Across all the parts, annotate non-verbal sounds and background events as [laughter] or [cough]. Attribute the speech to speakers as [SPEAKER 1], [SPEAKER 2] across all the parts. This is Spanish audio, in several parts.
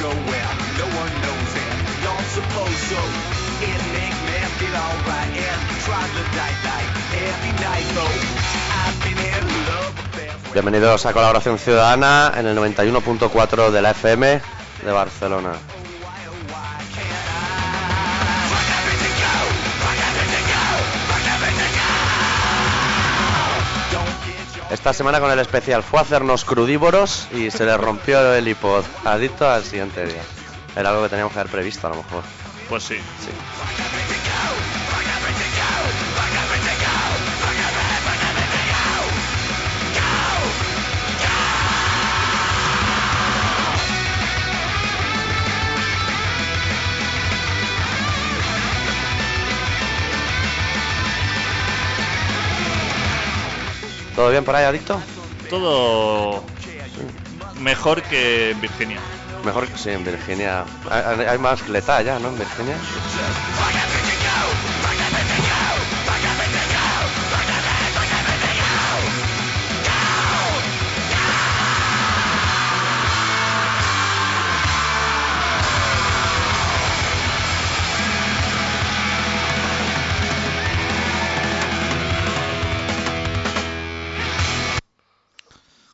[SPEAKER 1] nowhere. No one knows it. Y'all supposed so. Enigma did alright. And troglodyte like every night though. I've been in love affairs with
[SPEAKER 2] Bienvenidos a Colaboración Ciudadana en el 91.4 de la FM de Barcelona.
[SPEAKER 1] why oh why can't I? Fuck everything go. Fuck everything go. Fuck everything go. Don't get your
[SPEAKER 2] Esta semana con el especial fue a hacernos crudívoros y se le rompió el iPod. Adicto al siguiente día. Era algo que teníamos que haber previsto a lo mejor.
[SPEAKER 3] Pues sí.
[SPEAKER 2] ¿Todo bien por ahí, Adicto?
[SPEAKER 3] Todo mejor que en Virginia.
[SPEAKER 2] Mejor que sí, en Virginia. Hay, hay más letal ya, ¿no? En Virginia.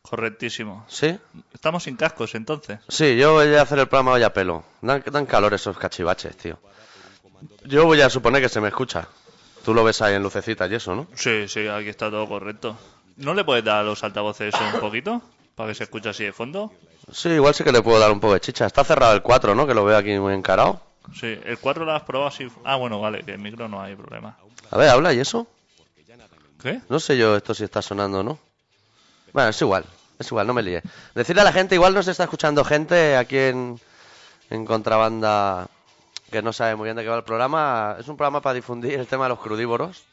[SPEAKER 3] Correctísimo.
[SPEAKER 2] ¿Sí?
[SPEAKER 3] Estamos sin cascos entonces.
[SPEAKER 2] Sí, yo voy a hacer el programa hoy a pelo. Dan, dan calor esos cachivaches, tío. Yo voy a suponer que se me escucha. Tú lo ves ahí en lucecitas y eso, ¿no?
[SPEAKER 3] Sí, sí, aquí está todo correcto. ¿No le puedes dar a los altavoces eso un poquito? Para que se escuche así de fondo.
[SPEAKER 2] Sí, igual sí que le puedo dar un poco de chicha. Está cerrado el 4, ¿no? Que lo veo aquí muy encarado.
[SPEAKER 3] Sí, el 4 lo has probado así. Ah, bueno, vale, que el micro no hay problema.
[SPEAKER 2] A ver, habla y eso.
[SPEAKER 3] ¿Qué?
[SPEAKER 2] No sé yo esto si está sonando o no. Bueno, es igual, es igual, no me líes. Decirle a la gente, igual nos está escuchando gente aquí en, en Contrabanda que no sabe muy bien de qué va el programa. Es un programa para difundir el tema de los crudívoros.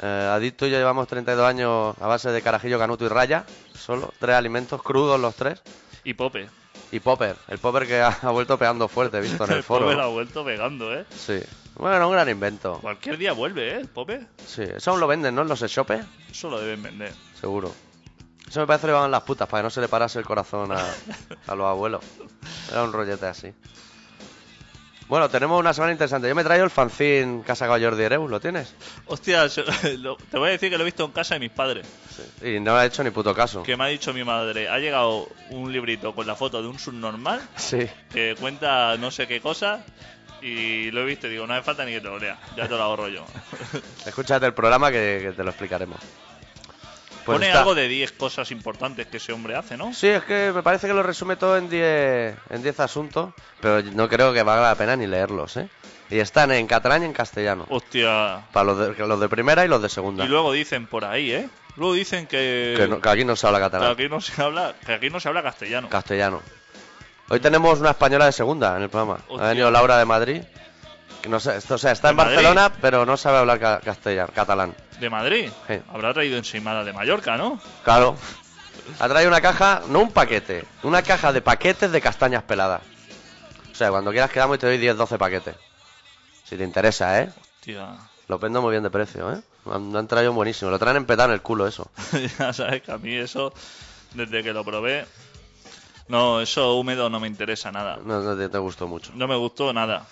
[SPEAKER 2] Eh, Adicto y yo llevamos 32 años a base de carajillo, canuto y raya, solo, tres alimentos crudos los tres.
[SPEAKER 3] Y Pope.
[SPEAKER 2] Y Popper, el Popper que ha, ha vuelto pegando fuerte, visto en el foro.
[SPEAKER 3] Pope la ha vuelto pegando, ¿eh?
[SPEAKER 2] Sí. Bueno, un gran invento.
[SPEAKER 3] Cualquier día vuelve, ¿eh? el Pope.
[SPEAKER 2] Sí, eso aún lo venden, ¿no? En los shoppes.
[SPEAKER 3] Eso lo deben vender.
[SPEAKER 2] Seguro. Eso me parece que le van las putas, para que no se le parase el corazón a, a los abuelos. Era un rollete así. Bueno, tenemos una semana interesante. Yo me traigo el fanzine que ha sacado Jordi Ereu, ¿lo tienes?
[SPEAKER 3] Hostia, yo- [laughs] lo- te voy a decir que lo he visto en casa de mis padres.
[SPEAKER 2] Y no le ha hecho ni puto caso.
[SPEAKER 3] Que me ha dicho mi madre, ha llegado un librito con la foto de un subnormal
[SPEAKER 2] Sí.
[SPEAKER 3] que cuenta no sé qué cosa y lo he visto y digo, no hace falta ni que te lo lea, ya te lo ahorro yo.
[SPEAKER 2] Escúchate el programa que, que te lo explicaremos. [laughs] Pues
[SPEAKER 3] Pone
[SPEAKER 2] está-
[SPEAKER 3] algo de 10 cosas importantes que ese hombre hace, ¿no?
[SPEAKER 2] Sí, es que me parece que lo resume todo en 10 en 10 asuntos, pero no creo que valga la pena ni leerlos, ¿eh? Y están en catalán y en castellano.
[SPEAKER 3] Hostia.
[SPEAKER 2] Para los de, los de primera y los de segunda.
[SPEAKER 3] Y luego dicen por ahí, ¿eh? Luego dicen que,
[SPEAKER 2] que, no- que aquí no se habla
[SPEAKER 3] que
[SPEAKER 2] catalán.
[SPEAKER 3] aquí no se habla, que aquí no se habla castellano.
[SPEAKER 2] castellano. Hoy tenemos una española de segunda en el programa.
[SPEAKER 3] Hostia.
[SPEAKER 2] Ha venido Laura de Madrid. Que no sé, esto- o sea, está
[SPEAKER 3] ¿De
[SPEAKER 2] en
[SPEAKER 3] Madrid?
[SPEAKER 2] Barcelona, pero no sabe hablar ca- castellano, catalán.
[SPEAKER 3] De Madrid.
[SPEAKER 2] Sí.
[SPEAKER 3] Habrá traído encimada de Mallorca, ¿no?
[SPEAKER 2] Claro. Ha traído una caja, no un paquete, una caja de paquetes de castañas peladas. O sea, cuando quieras quedamos y te doy 10, 12 paquetes. Si te interesa, ¿eh?
[SPEAKER 3] Hostia. [laughs]
[SPEAKER 2] Lo vendo muy bien de precio, ¿eh? Lo han, lo han traído buenísimo. Lo traen empetado en el culo, eso.
[SPEAKER 3] ya sabes que a mí eso, desde que lo probé, no, eso húmedo no me interesa nada.
[SPEAKER 2] No, no te, te gustó mucho.
[SPEAKER 3] No me gustó nada.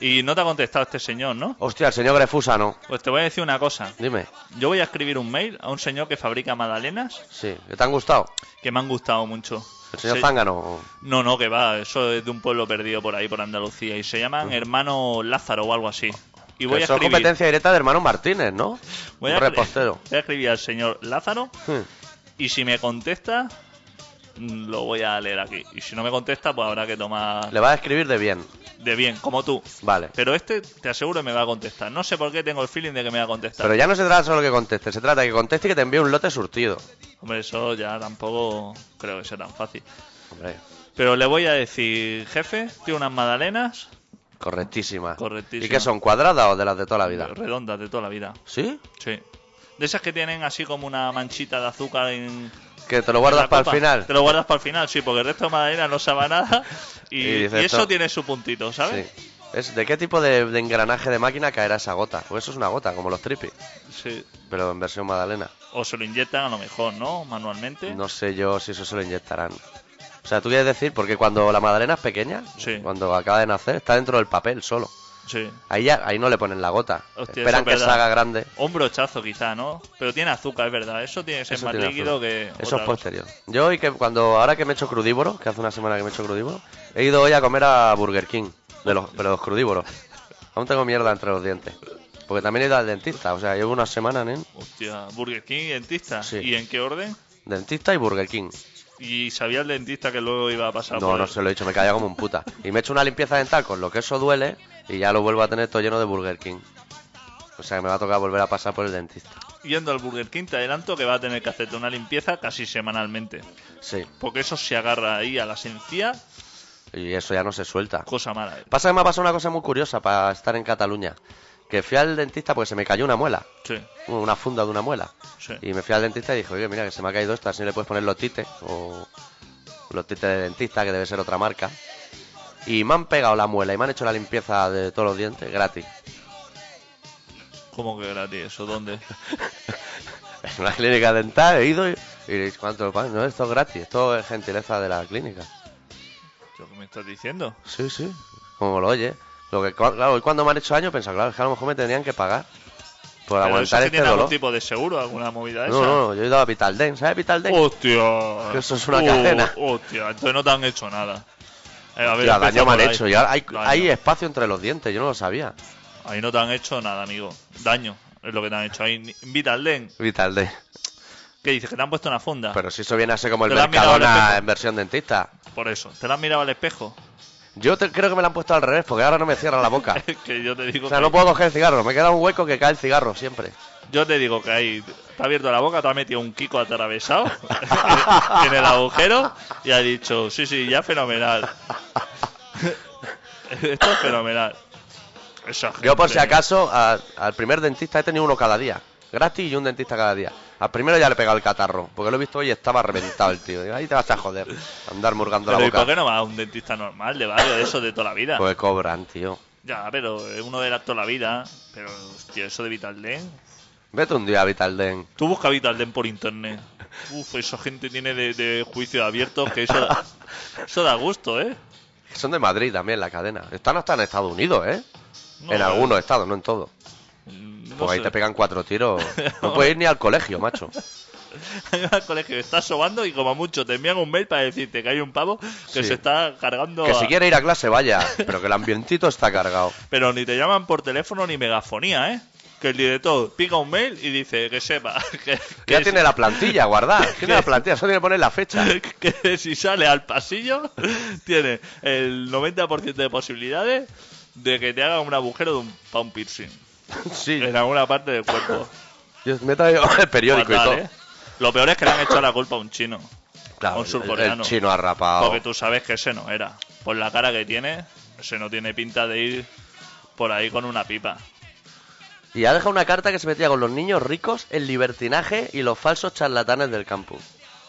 [SPEAKER 3] Y no te ha contestado este señor, ¿no?
[SPEAKER 2] Hostia, el señor Grefusa, no.
[SPEAKER 3] Pues te voy a decir una cosa.
[SPEAKER 2] Dime.
[SPEAKER 3] Yo voy a escribir un mail a un señor que fabrica magdalenas
[SPEAKER 2] Sí. ¿Te han gustado?
[SPEAKER 3] que me han gustado mucho.
[SPEAKER 2] El señor
[SPEAKER 3] Se-
[SPEAKER 2] Zángano.
[SPEAKER 3] No, no, que va, eso es de un pueblo perdido por ahí, por Andalucía, y se llaman hermano Lázaro o algo así. Y voy a
[SPEAKER 2] Eso es
[SPEAKER 3] escribir,
[SPEAKER 2] competencia directa de hermano Martínez, ¿no?
[SPEAKER 3] voy a
[SPEAKER 2] Un
[SPEAKER 3] escri- [laughs]
[SPEAKER 2] repostero.
[SPEAKER 3] voy a escribir al señor Lázaro
[SPEAKER 2] Hmm.
[SPEAKER 3] Y si me contesta, mm, lo voy a leer aquí. Y si no me contesta, pues habrá que tomar
[SPEAKER 2] Le va a escribir de bien.
[SPEAKER 3] de bien, como tú.
[SPEAKER 2] Vale.
[SPEAKER 3] Pero este, te aseguro, que me va a contestar. No sé por qué tengo el feeling de que me va a contestar.
[SPEAKER 2] Pero ya no se trata solo que conteste, se trata de que conteste y que te envíe un lote surtido.
[SPEAKER 3] Hombre, eso ya tampoco creo que sea tan fácil.
[SPEAKER 2] Hombre,
[SPEAKER 3] Pero le voy a decir, jefe, tiene unas magdalenas
[SPEAKER 2] correctísima.
[SPEAKER 3] Correctísima.
[SPEAKER 2] ¿Y qué son, cuadradas o de las de toda la vida?
[SPEAKER 3] redondas de toda la vida.
[SPEAKER 2] ¿Sí?
[SPEAKER 3] Sí. De esas que tienen así como una manchita de azúcar en...
[SPEAKER 2] Que te lo guardas
[SPEAKER 3] en la
[SPEAKER 2] para el
[SPEAKER 3] copa.
[SPEAKER 2] final.
[SPEAKER 3] Te lo guardas para el final, sí, porque el resto de magdalenas no sabe
[SPEAKER 2] [laughs]
[SPEAKER 3] a nada. Y,
[SPEAKER 2] Y dices,
[SPEAKER 3] y eso
[SPEAKER 2] "Esto-
[SPEAKER 3] tiene su puntito, ¿sabes?
[SPEAKER 2] Sí. Es, ¿De qué tipo de, de engranaje de máquina caerá esa gota? Pues eso es una gota, como los trippies,
[SPEAKER 3] sí.
[SPEAKER 2] pero en versión magdalena.
[SPEAKER 3] O se lo inyectan a lo mejor, ¿no? Manualmente.
[SPEAKER 2] No sé yo si eso se lo inyectarán. O sea, tú quieres decir, porque cuando la magdalena es pequeña,
[SPEAKER 3] Sí.
[SPEAKER 2] cuando acaba de nacer, está dentro del papel solo.
[SPEAKER 3] Sí.
[SPEAKER 2] Ahí ya, ahí no le ponen la gota.
[SPEAKER 3] Hostia,
[SPEAKER 2] Esperan
[SPEAKER 3] eso
[SPEAKER 2] que
[SPEAKER 3] es verdad.
[SPEAKER 2] salga grande.
[SPEAKER 3] O Un brochazo quizá, ¿no? Pero tiene azúcar, es verdad. Eso tiene que ser
[SPEAKER 2] Eso
[SPEAKER 3] más
[SPEAKER 2] tiene
[SPEAKER 3] líquido
[SPEAKER 2] azúcar.
[SPEAKER 3] que...
[SPEAKER 2] Eso es
[SPEAKER 3] otra cosa.
[SPEAKER 2] posterior. Yo hoy que cuando ahora que me he hecho crudívoro, que hace una semana que me he hecho crudívoro, he ido hoy a comer a Burger King, de los, pero los crudívoros. Aún tengo mierda entre los dientes. Porque también he ido al dentista, o sea, llevo una semana en
[SPEAKER 3] Hostia, Burger King y dentista.
[SPEAKER 2] Sí.
[SPEAKER 3] ¿Y en qué orden?
[SPEAKER 2] dentista y Burger King.
[SPEAKER 3] ¿Y sabía el dentista que luego iba a pasar
[SPEAKER 2] No,
[SPEAKER 3] por
[SPEAKER 2] no
[SPEAKER 3] él?
[SPEAKER 2] se lo he dicho, me caía como un puta. Y me he hecho una limpieza dental con lo que eso duele y ya lo vuelvo a tener todo lleno de Burger King. O sea que me va a tocar volver a pasar por el dentista.
[SPEAKER 3] Yendo al Burger King te adelanto que va a tener que hacerte una limpieza casi semanalmente.
[SPEAKER 2] Sí,
[SPEAKER 3] Porque eso se agarra ahí a las encías,
[SPEAKER 2] y eso ya no se suelta.
[SPEAKER 3] cosa mala. ¿eh?
[SPEAKER 2] Pasa que me ha pasado una cosa muy curiosa para estar en Cataluña. Que fui al dentista porque se me cayó una muela.
[SPEAKER 3] Sí,
[SPEAKER 2] una funda de una muela.
[SPEAKER 3] sí.
[SPEAKER 2] Y me fui al dentista y dije, oye, mira, que se me ha caído esta, si le puedes poner los tites o los tites de dentista, que debe ser otra marca. Y me han pegado la muela y me han hecho la limpieza de todos los dientes gratis.
[SPEAKER 3] ¿Cómo que gratis? ¿Eso dónde?
[SPEAKER 2] [laughs] En una clínica dental he ido y, y ¿cuánto? Pa- No, esto es gratis, esto es gentileza de la clínica.
[SPEAKER 3] ¿Yo qué me estás diciendo?
[SPEAKER 2] Sí, sí. Como lo oye. Lo que, cua- claro, hoy cuando me han hecho daño he pensado, claro, es que a lo mejor me tendrían que pagar por
[SPEAKER 3] Pero eso
[SPEAKER 2] aguantar
[SPEAKER 3] sí
[SPEAKER 2] este
[SPEAKER 3] tiene
[SPEAKER 2] dolor.
[SPEAKER 3] algún tipo de seguro, alguna movida
[SPEAKER 2] No,
[SPEAKER 3] esa.
[SPEAKER 2] no, no, yo he ido a Vital Den, ¿sabes Vital Den?
[SPEAKER 3] ¡Hostia! Uh,
[SPEAKER 2] Que eso es una cadena.
[SPEAKER 3] ¡Hostia! Entonces no te han hecho nada. Eh, a ver,
[SPEAKER 2] Hostia,
[SPEAKER 3] empieza
[SPEAKER 2] daño
[SPEAKER 3] por
[SPEAKER 2] mal
[SPEAKER 3] ahí.
[SPEAKER 2] hecho. Y ahora hay,
[SPEAKER 3] Daño.
[SPEAKER 2] hay espacio entre los dientes, yo no lo sabía.
[SPEAKER 3] Ahí no te han hecho nada, amigo. Daño es lo que te han hecho. Ahí ni- Vital Dent,
[SPEAKER 2] Vital D.
[SPEAKER 3] ¿qué dices? Que te han puesto una funda.
[SPEAKER 2] Pero si eso viene a ser como el
[SPEAKER 3] Ah. Te lo has mirado al
[SPEAKER 2] Mercadona
[SPEAKER 3] espejo.
[SPEAKER 2] en versión dentista.
[SPEAKER 3] Por eso. ¿Te la has mirado al espejo?
[SPEAKER 2] Yo te- creo que me lo han puesto al revés, porque ahora no me cierra la
[SPEAKER 3] [laughs]
[SPEAKER 2] boca.
[SPEAKER 3] que yo te digo
[SPEAKER 2] O sea,
[SPEAKER 3] que
[SPEAKER 2] no puedo coger el cigarro, me queda un hueco que cae el cigarro
[SPEAKER 3] [laughs]
[SPEAKER 2] siempre.
[SPEAKER 3] Yo te digo que ahí te ha abierto la boca, te ha metido un Kiko atravesado
[SPEAKER 2] [laughs]
[SPEAKER 3] en el agujero y ha dicho, sí, sí, ya fenomenal. Esto es fenomenal. Esa
[SPEAKER 2] Yo por
[SPEAKER 3] gente-
[SPEAKER 2] si acaso, a- al primer dentista he tenido uno cada día. Gratis y un dentista cada día. Al primero ya le he pegado el catarro, porque lo he visto hoy y estaba reventado el tío. Digo, ahí te vas a joder, andar murgando
[SPEAKER 3] Pero
[SPEAKER 2] la
[SPEAKER 3] ¿y por qué
[SPEAKER 2] boca.
[SPEAKER 3] no vas a un dentista normal de barrio, de eso de toda la vida?
[SPEAKER 2] Pues cobran, tío.
[SPEAKER 3] Ya, pero es uno de la, toda la vida. Pero, hostia, eso de Vitalden.
[SPEAKER 2] Vete un día a Vitalden.
[SPEAKER 3] Tú busca Vitalden por internet. Uf, esa gente tiene de, de juicio abierto que eso da- eso da gusto, ¿eh?
[SPEAKER 2] Son de Madrid también la cadena. Están hasta en Estados Unidos, ¿eh?
[SPEAKER 3] No,
[SPEAKER 2] en
[SPEAKER 3] eh,
[SPEAKER 2] algunos estados, no en todos.
[SPEAKER 3] no
[SPEAKER 2] Pues ahí
[SPEAKER 3] sé.
[SPEAKER 2] te pegan cuatro
[SPEAKER 3] [laughs]
[SPEAKER 2] tiros. No puedes ir ni al colegio, macho.
[SPEAKER 3] Ahí va al colegio, estás sobando y como mucho te envían un mail para decirte que hay un pavo que
[SPEAKER 2] Sí.
[SPEAKER 3] se está cargando.
[SPEAKER 2] Que
[SPEAKER 3] a-
[SPEAKER 2] si quiere ir a clase vaya, pero que el ambientito está
[SPEAKER 3] [laughs]
[SPEAKER 2] cargado.
[SPEAKER 3] Pero ni te llaman por teléfono ni megafonía, ¿eh? Que el director pica un mail y dice que sepa [laughs] que,
[SPEAKER 2] Ya
[SPEAKER 3] que
[SPEAKER 2] tiene la plantilla
[SPEAKER 3] [laughs]
[SPEAKER 2] guardada. Tiene la plantilla, solo tiene que poner la fecha.
[SPEAKER 3] si, [laughs] que si sale al pasillo [laughs] tiene el 90% de posibilidades de que te haga un agujero de un, pa' un piercing
[SPEAKER 2] Sí,
[SPEAKER 3] en alguna parte
[SPEAKER 2] [laughs]
[SPEAKER 3] del cuerpo.
[SPEAKER 2] yo me he traído [laughs] el periódico
[SPEAKER 3] Fatal,
[SPEAKER 2] y
[SPEAKER 3] ¿eh? Lo peor es que le han hecho la culpa a un chino.
[SPEAKER 2] todo. Claro,
[SPEAKER 3] a un
[SPEAKER 2] el, el
[SPEAKER 3] surcoreano.
[SPEAKER 2] chino ha rapado.
[SPEAKER 3] Porque tú sabes que ese no era. Por la cara que tiene, ese no tiene pinta de ir por ahí con una pipa.
[SPEAKER 2] Y ha dejado una carta que se metía con los niños ricos, el libertinaje y los falsos charlatanes del campus.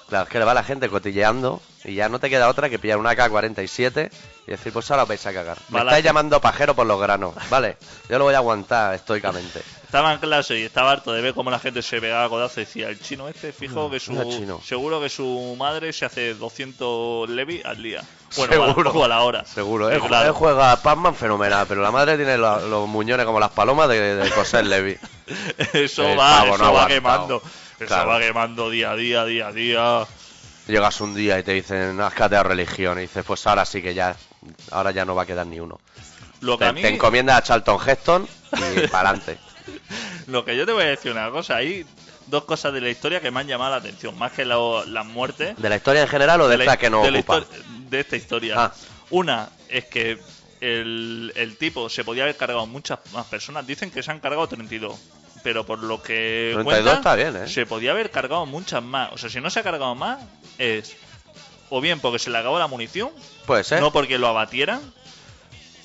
[SPEAKER 2] Claro, es que le va la gente cotilleando y ya no te queda otra que pillar una K-47 y decir, pues ahora os vais a cagar. Me
[SPEAKER 3] Va la
[SPEAKER 2] estáis
[SPEAKER 3] gente.
[SPEAKER 2] llamando pajero por los granos, ¿vale? Yo lo voy a aguantar
[SPEAKER 3] [laughs]
[SPEAKER 2] estoicamente.
[SPEAKER 3] Estaba en clase y estaba harto de ver cómo la gente se pegaba a codazo y decía, el chino este, fijo que
[SPEAKER 2] mira,
[SPEAKER 3] su...
[SPEAKER 2] chino.
[SPEAKER 3] Seguro que su madre se hace 200 levi al día. Bueno,
[SPEAKER 2] Seguro.
[SPEAKER 3] A, o a la hora.
[SPEAKER 2] Seguro, eh,
[SPEAKER 3] Y
[SPEAKER 2] él,
[SPEAKER 3] claro,
[SPEAKER 2] él juega a Pac-Man fenomenal, pero la madre tiene lo- los muñones como las palomas de, de coser Levi.
[SPEAKER 3] Eso
[SPEAKER 2] El
[SPEAKER 3] va,
[SPEAKER 2] pavo Eh, no
[SPEAKER 3] eso
[SPEAKER 2] ha
[SPEAKER 3] va
[SPEAKER 2] aguantado.
[SPEAKER 3] quemando. Eso
[SPEAKER 2] Claro.
[SPEAKER 3] va quemando día a día, día a día.
[SPEAKER 2] Llegas un día y te dicen, has cateado religión, y dices, pues ahora sí que ya, ahora ya no va a quedar ni uno.
[SPEAKER 3] Lo que
[SPEAKER 2] Te,
[SPEAKER 3] a mí...
[SPEAKER 2] te encomiendas a Charlton Heston
[SPEAKER 3] [laughs]
[SPEAKER 2] y para adelante.
[SPEAKER 3] Lo que yo te voy a decir una cosa, hay dos cosas de la historia que me han llamado la atención, más que lo- las muertes.
[SPEAKER 2] ¿De la historia en general o de,
[SPEAKER 3] la-
[SPEAKER 2] esta que no
[SPEAKER 3] de la
[SPEAKER 2] ocupa?
[SPEAKER 3] histori- de esta historia.
[SPEAKER 2] Ah.
[SPEAKER 3] Una es que el, el tipo se podía haber cargado muchas más personas. Dicen que se han cargado 32. Pero por lo que
[SPEAKER 2] 32
[SPEAKER 3] cuentan,
[SPEAKER 2] está bien, ¿eh?
[SPEAKER 3] se podía haber cargado muchas más. O sea, si no se ha cargado más, es o bien porque se le acabó la munición,
[SPEAKER 2] Puede ser.
[SPEAKER 3] no pues, porque lo abatieran,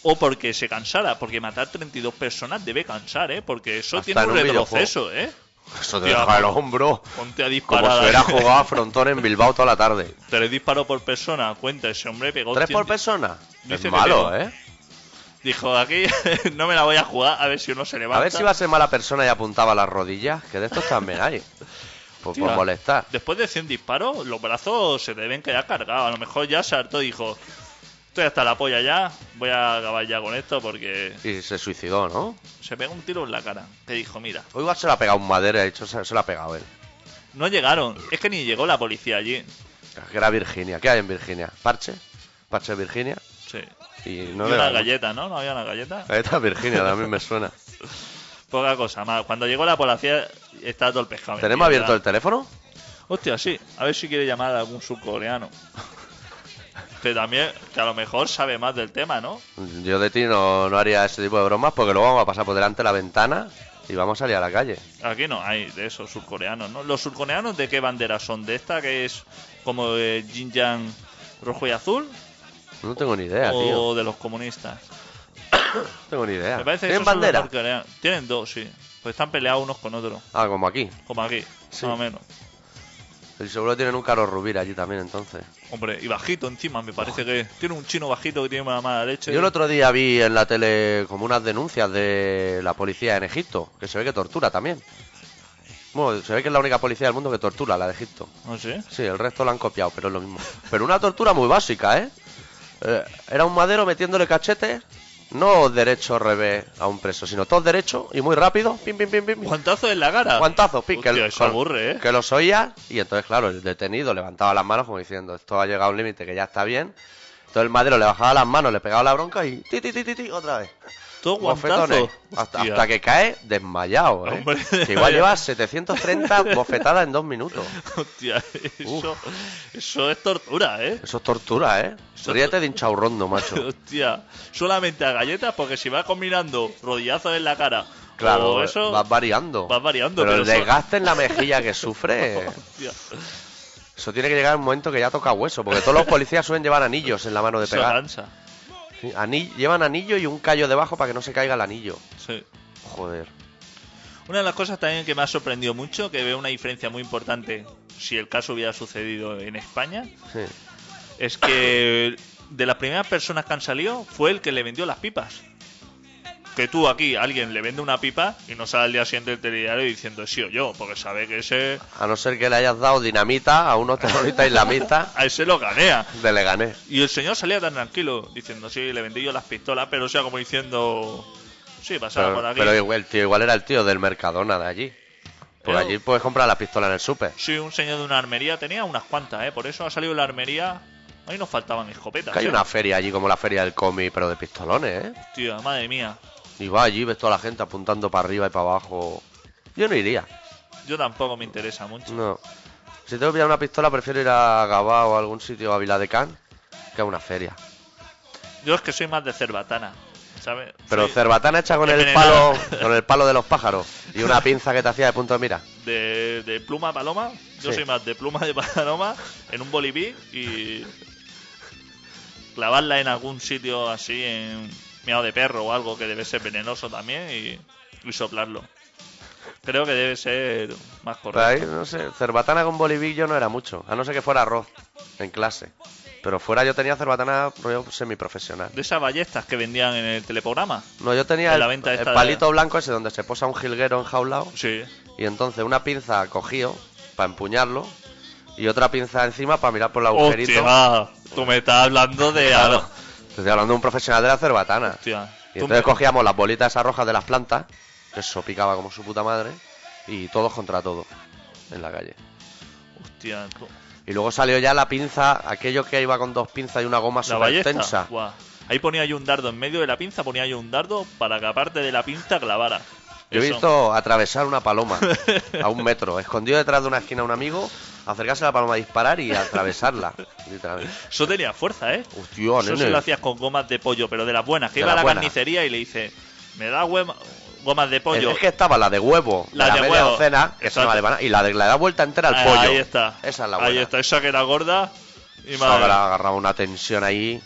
[SPEAKER 3] o porque se cansara. Porque matar 32 personas debe cansar, ¿eh? Porque eso
[SPEAKER 2] Hasta
[SPEAKER 3] tiene
[SPEAKER 2] en
[SPEAKER 3] un
[SPEAKER 2] un videojuego.
[SPEAKER 3] retroceso, ¿eh?
[SPEAKER 2] Eso te
[SPEAKER 3] Hostia,
[SPEAKER 2] deja el hombro.
[SPEAKER 3] Ponte a disparar.
[SPEAKER 2] Como si
[SPEAKER 3] ahí.
[SPEAKER 2] hubiera jugado a frontón en Bilbao toda la tarde.
[SPEAKER 3] Tres disparos por persona, cuenta, ese hombre pegó.
[SPEAKER 2] ¿Tres por
[SPEAKER 3] 100.
[SPEAKER 2] persona? Es
[SPEAKER 3] Dice que
[SPEAKER 2] malo,
[SPEAKER 3] no.
[SPEAKER 2] ¿eh?
[SPEAKER 3] Dijo, aquí [laughs] no me la voy a jugar, a ver si uno se levanta.
[SPEAKER 2] A ver si va a ser mala persona y apuntaba a las rodillas, que de estos también hay. por,
[SPEAKER 3] Tía,
[SPEAKER 2] por molestar.
[SPEAKER 3] Después de 100 disparos, los brazos se deben quedar cargados. A lo mejor ya se hartó y dijo: Estoy hasta la polla ya, voy a acabar ya con esto porque
[SPEAKER 2] Y se suicidó, ¿no?
[SPEAKER 3] se pega un tiro en la cara. Que dijo: Mira,
[SPEAKER 2] O igual se la ha pegado un madera, de hecho se, se la ha pegado él.
[SPEAKER 3] no llegaron. Es que ni llegó la policía allí.
[SPEAKER 2] Que era Virginia. ¿Qué hay en Virginia? Parche. Parche de Virginia.
[SPEAKER 3] Sí.
[SPEAKER 2] Y no
[SPEAKER 3] No había una
[SPEAKER 2] le-
[SPEAKER 3] galleta, ¿no? No había una galleta.
[SPEAKER 2] Galleta Virginia también me
[SPEAKER 3] [laughs]
[SPEAKER 2] suena.
[SPEAKER 3] Poca cosa más. Cuando llegó la policía, está todo el pescado.
[SPEAKER 2] ¿Tenemos
[SPEAKER 3] metido,
[SPEAKER 2] abierto el
[SPEAKER 3] ¿verdad?
[SPEAKER 2] teléfono?
[SPEAKER 3] Hostia, sí. A ver si quiere llamar a algún surcoreano. [laughs] que también, que a lo mejor sabe más del tema, ¿no?
[SPEAKER 2] Yo de ti no, no haría ese tipo de bromas porque luego vamos a pasar por delante de la ventana y vamos a salir a la calle.
[SPEAKER 3] Aquí no hay de esos surcoreanos, ¿no? ¿Los surcoreanos de qué bandera son? ¿De esta que es como de Xinjiang rojo y azul?
[SPEAKER 2] No tengo ni idea,
[SPEAKER 3] ¿O
[SPEAKER 2] tío.
[SPEAKER 3] de los comunistas?
[SPEAKER 2] No tengo ni idea.
[SPEAKER 3] Me parece que
[SPEAKER 2] ¿Tienen
[SPEAKER 3] esos son los
[SPEAKER 2] bandera?
[SPEAKER 3] norcoreanos. Tienen dos, sí. Pues están peleados unos con otros,
[SPEAKER 2] Ah, como aquí.
[SPEAKER 3] como aquí,
[SPEAKER 2] Sí.
[SPEAKER 3] más o menos.
[SPEAKER 2] Y seguro tienen un caro rubir allí también, entonces.
[SPEAKER 3] Hombre, y bajito encima, me parece que tiene un chino bajito que tiene una mala leche.
[SPEAKER 2] Yo el otro día vi en la tele como unas denuncias de la policía en Egipto, que se ve que tortura también. Bueno, se ve que es la única policía del mundo que tortura, la de Egipto.
[SPEAKER 3] No sé.
[SPEAKER 2] Sí, el resto la han copiado, pero es lo mismo. Pero una tortura muy básica, ¿eh? Eh, Era un madero metiéndole cachetes, no derecho revés a un preso, sino todo derecho y muy rápido, pim, pim, pim, pim.
[SPEAKER 3] Guantazo en la cara.
[SPEAKER 2] Guantazos, pim,
[SPEAKER 3] Hostia,
[SPEAKER 2] que,
[SPEAKER 3] eso aburre, ¿eh?
[SPEAKER 2] que los oía y entonces, claro, el detenido levantaba las manos como diciendo, esto ha llegado a un límite que ya está bien. Entonces el madero le bajaba las manos, le pegaba la bronca y ti, ti, ti, ti, ti, otra vez.
[SPEAKER 3] Todo
[SPEAKER 2] Bofetones.
[SPEAKER 3] guantazo.
[SPEAKER 2] Hasta,
[SPEAKER 3] Hostia.
[SPEAKER 2] hasta que cae desmayado, ¿eh?
[SPEAKER 3] Hombre.
[SPEAKER 2] Que igual
[SPEAKER 3] [laughs]
[SPEAKER 2] lleva 730 bofetadas en dos minutos.
[SPEAKER 3] Hostia, eso, eso es tortura, ¿eh?
[SPEAKER 2] Eso es tortura, ¿eh?
[SPEAKER 3] Eso-
[SPEAKER 2] Ríete de hinchaurrondo,
[SPEAKER 3] [laughs]
[SPEAKER 2] macho.
[SPEAKER 3] Hostia, solamente a galletas porque si vas combinando rodillazos en la cara
[SPEAKER 2] Claro, eh,
[SPEAKER 3] o eso,
[SPEAKER 2] vas variando.
[SPEAKER 3] vas variando,
[SPEAKER 2] Pero,
[SPEAKER 3] pero
[SPEAKER 2] el
[SPEAKER 3] eso-
[SPEAKER 2] desgaste en la mejilla
[SPEAKER 3] [laughs]
[SPEAKER 2] que sufre.
[SPEAKER 3] hostia,
[SPEAKER 2] Eso tiene que llegar un momento que ya toca hueso, porque todos los policías suelen llevar anillos en la mano de
[SPEAKER 3] eso
[SPEAKER 2] pegar.
[SPEAKER 3] cansa.
[SPEAKER 2] Sí, ani- llevan anillo y un callo debajo para que no se caiga el anillo.
[SPEAKER 3] Sí.
[SPEAKER 2] Joder.
[SPEAKER 3] Una de las cosas también que me ha sorprendido mucho, que veo una diferencia muy importante si el caso hubiera sucedido en España,
[SPEAKER 2] Sí.
[SPEAKER 3] es que de las primeras personas que han salido fue el que le vendió las pipas. Que tú aquí alguien le vende una pipa y no sale al día siguiente del telediario diciendo he sido yo, porque sabe que ese,
[SPEAKER 2] A no ser que le hayas dado dinamita a unos terroristas islamistas
[SPEAKER 3] a ese lo ganea.
[SPEAKER 2] de Leganés.
[SPEAKER 3] Y el señor salía tan tranquilo, diciendo, sí, le vendí yo las pistolas, pero o sea, como diciendo, sí, pasaba por
[SPEAKER 2] Pero,
[SPEAKER 3] aquí.
[SPEAKER 2] pero igual, tío, igual era el tío del Mercadona de allí. Por
[SPEAKER 3] Eh,
[SPEAKER 2] allí puedes comprar la pistola en el súper.
[SPEAKER 3] Sí, un señor de una armería, tenía unas cuantas, ¿eh? Por eso ha salido la armería, ahí nos faltaban escopetas.
[SPEAKER 2] Que hay
[SPEAKER 3] ¿eh?
[SPEAKER 2] una feria allí como la feria del cómic, pero de pistolones, ¿eh?
[SPEAKER 3] Hostia, madre mía,
[SPEAKER 2] Y va allí, ves toda la gente apuntando para arriba y para abajo. Yo no iría.
[SPEAKER 3] yo tampoco me interesa mucho.
[SPEAKER 2] No. Si tengo que pillar una pistola, prefiero ir a Gabá o a algún sitio, a Viladecán, que a una feria.
[SPEAKER 3] Yo es que soy más de cerbatana, ¿sabes?
[SPEAKER 2] Pero
[SPEAKER 3] Soy
[SPEAKER 2] cerbatana hecha con el palo
[SPEAKER 3] Envenenada.
[SPEAKER 2] con el palo de los pájaros y una pinza que te hacía de punto de mira.
[SPEAKER 3] de, de pluma paloma, yo
[SPEAKER 2] Sí.
[SPEAKER 3] soy más de pluma de paloma en un boliví y clavarla en algún sitio así, en miado de perro o algo que debe ser venenoso también y, y soplarlo. Creo que debe ser más
[SPEAKER 2] Pero ahí,
[SPEAKER 3] correcto.
[SPEAKER 2] no sé, cerbatana con bolivillo no era mucho, a no ser que fuera arroz en clase. Pero fuera yo tenía cerbatana rollo semiprofesional.
[SPEAKER 3] De esas ballestas que vendían en el teleprograma.
[SPEAKER 2] No, yo tenía
[SPEAKER 3] En
[SPEAKER 2] el,
[SPEAKER 3] la venta
[SPEAKER 2] el
[SPEAKER 3] esta de-
[SPEAKER 2] palito blanco ese donde se posa un jilguero enjaulado
[SPEAKER 3] Sí.
[SPEAKER 2] y entonces una pinza cogido para empuñarlo y otra pinza encima para mirar por el agujerito.
[SPEAKER 3] Hostia, tú me estás hablando de...
[SPEAKER 2] Claro. Te Estoy hablando de un profesional de la cerbatana.
[SPEAKER 3] Hostia.
[SPEAKER 2] Y
[SPEAKER 3] tú
[SPEAKER 2] entonces
[SPEAKER 3] me-
[SPEAKER 2] cogíamos las bolitas esas rojas de las plantas, que eso picaba como su puta madre, y todos contra todos en la calle.
[SPEAKER 3] Hostia, tú-
[SPEAKER 2] Y luego salió ya la pinza, aquello que iba con dos pinzas y una goma
[SPEAKER 3] La
[SPEAKER 2] súper
[SPEAKER 3] ballesta.
[SPEAKER 2] tensa.
[SPEAKER 3] Guau. Ahí ponía yo un dardo en medio de la pinza, ponía yo un dardo para que aparte de la pinza clavara.
[SPEAKER 2] Yo he
[SPEAKER 3] Eso. [laughs]
[SPEAKER 2] visto atravesar una paloma a un metro, escondido detrás de una esquina a un amigo, acercarse a la paloma a disparar y atravesarla. literalmente.
[SPEAKER 3] Eso tenía fuerza, ¿eh?
[SPEAKER 2] Hostia,
[SPEAKER 3] Eso se
[SPEAKER 2] Oh, nene.
[SPEAKER 3] lo hacías con gomas de pollo, pero de las buenas.
[SPEAKER 2] De
[SPEAKER 3] Que iba a
[SPEAKER 2] las
[SPEAKER 3] la
[SPEAKER 2] buenas.
[SPEAKER 3] carnicería y le dice, me da huema- gomas de pollo.
[SPEAKER 2] Es que estaba la de huevo,
[SPEAKER 3] La
[SPEAKER 2] la,
[SPEAKER 3] de
[SPEAKER 2] media
[SPEAKER 3] huevo.
[SPEAKER 2] docena, que esa no
[SPEAKER 3] Exacto.
[SPEAKER 2] vale para nada, y la de la da vuelta entera al
[SPEAKER 3] Ah,
[SPEAKER 2] pollo.
[SPEAKER 3] Ahí está.
[SPEAKER 2] Esa es la buena.
[SPEAKER 3] Ahí está, esa que era gorda. Y
[SPEAKER 2] Eso
[SPEAKER 3] madre-
[SPEAKER 2] habrá agarrado una tensión ahí.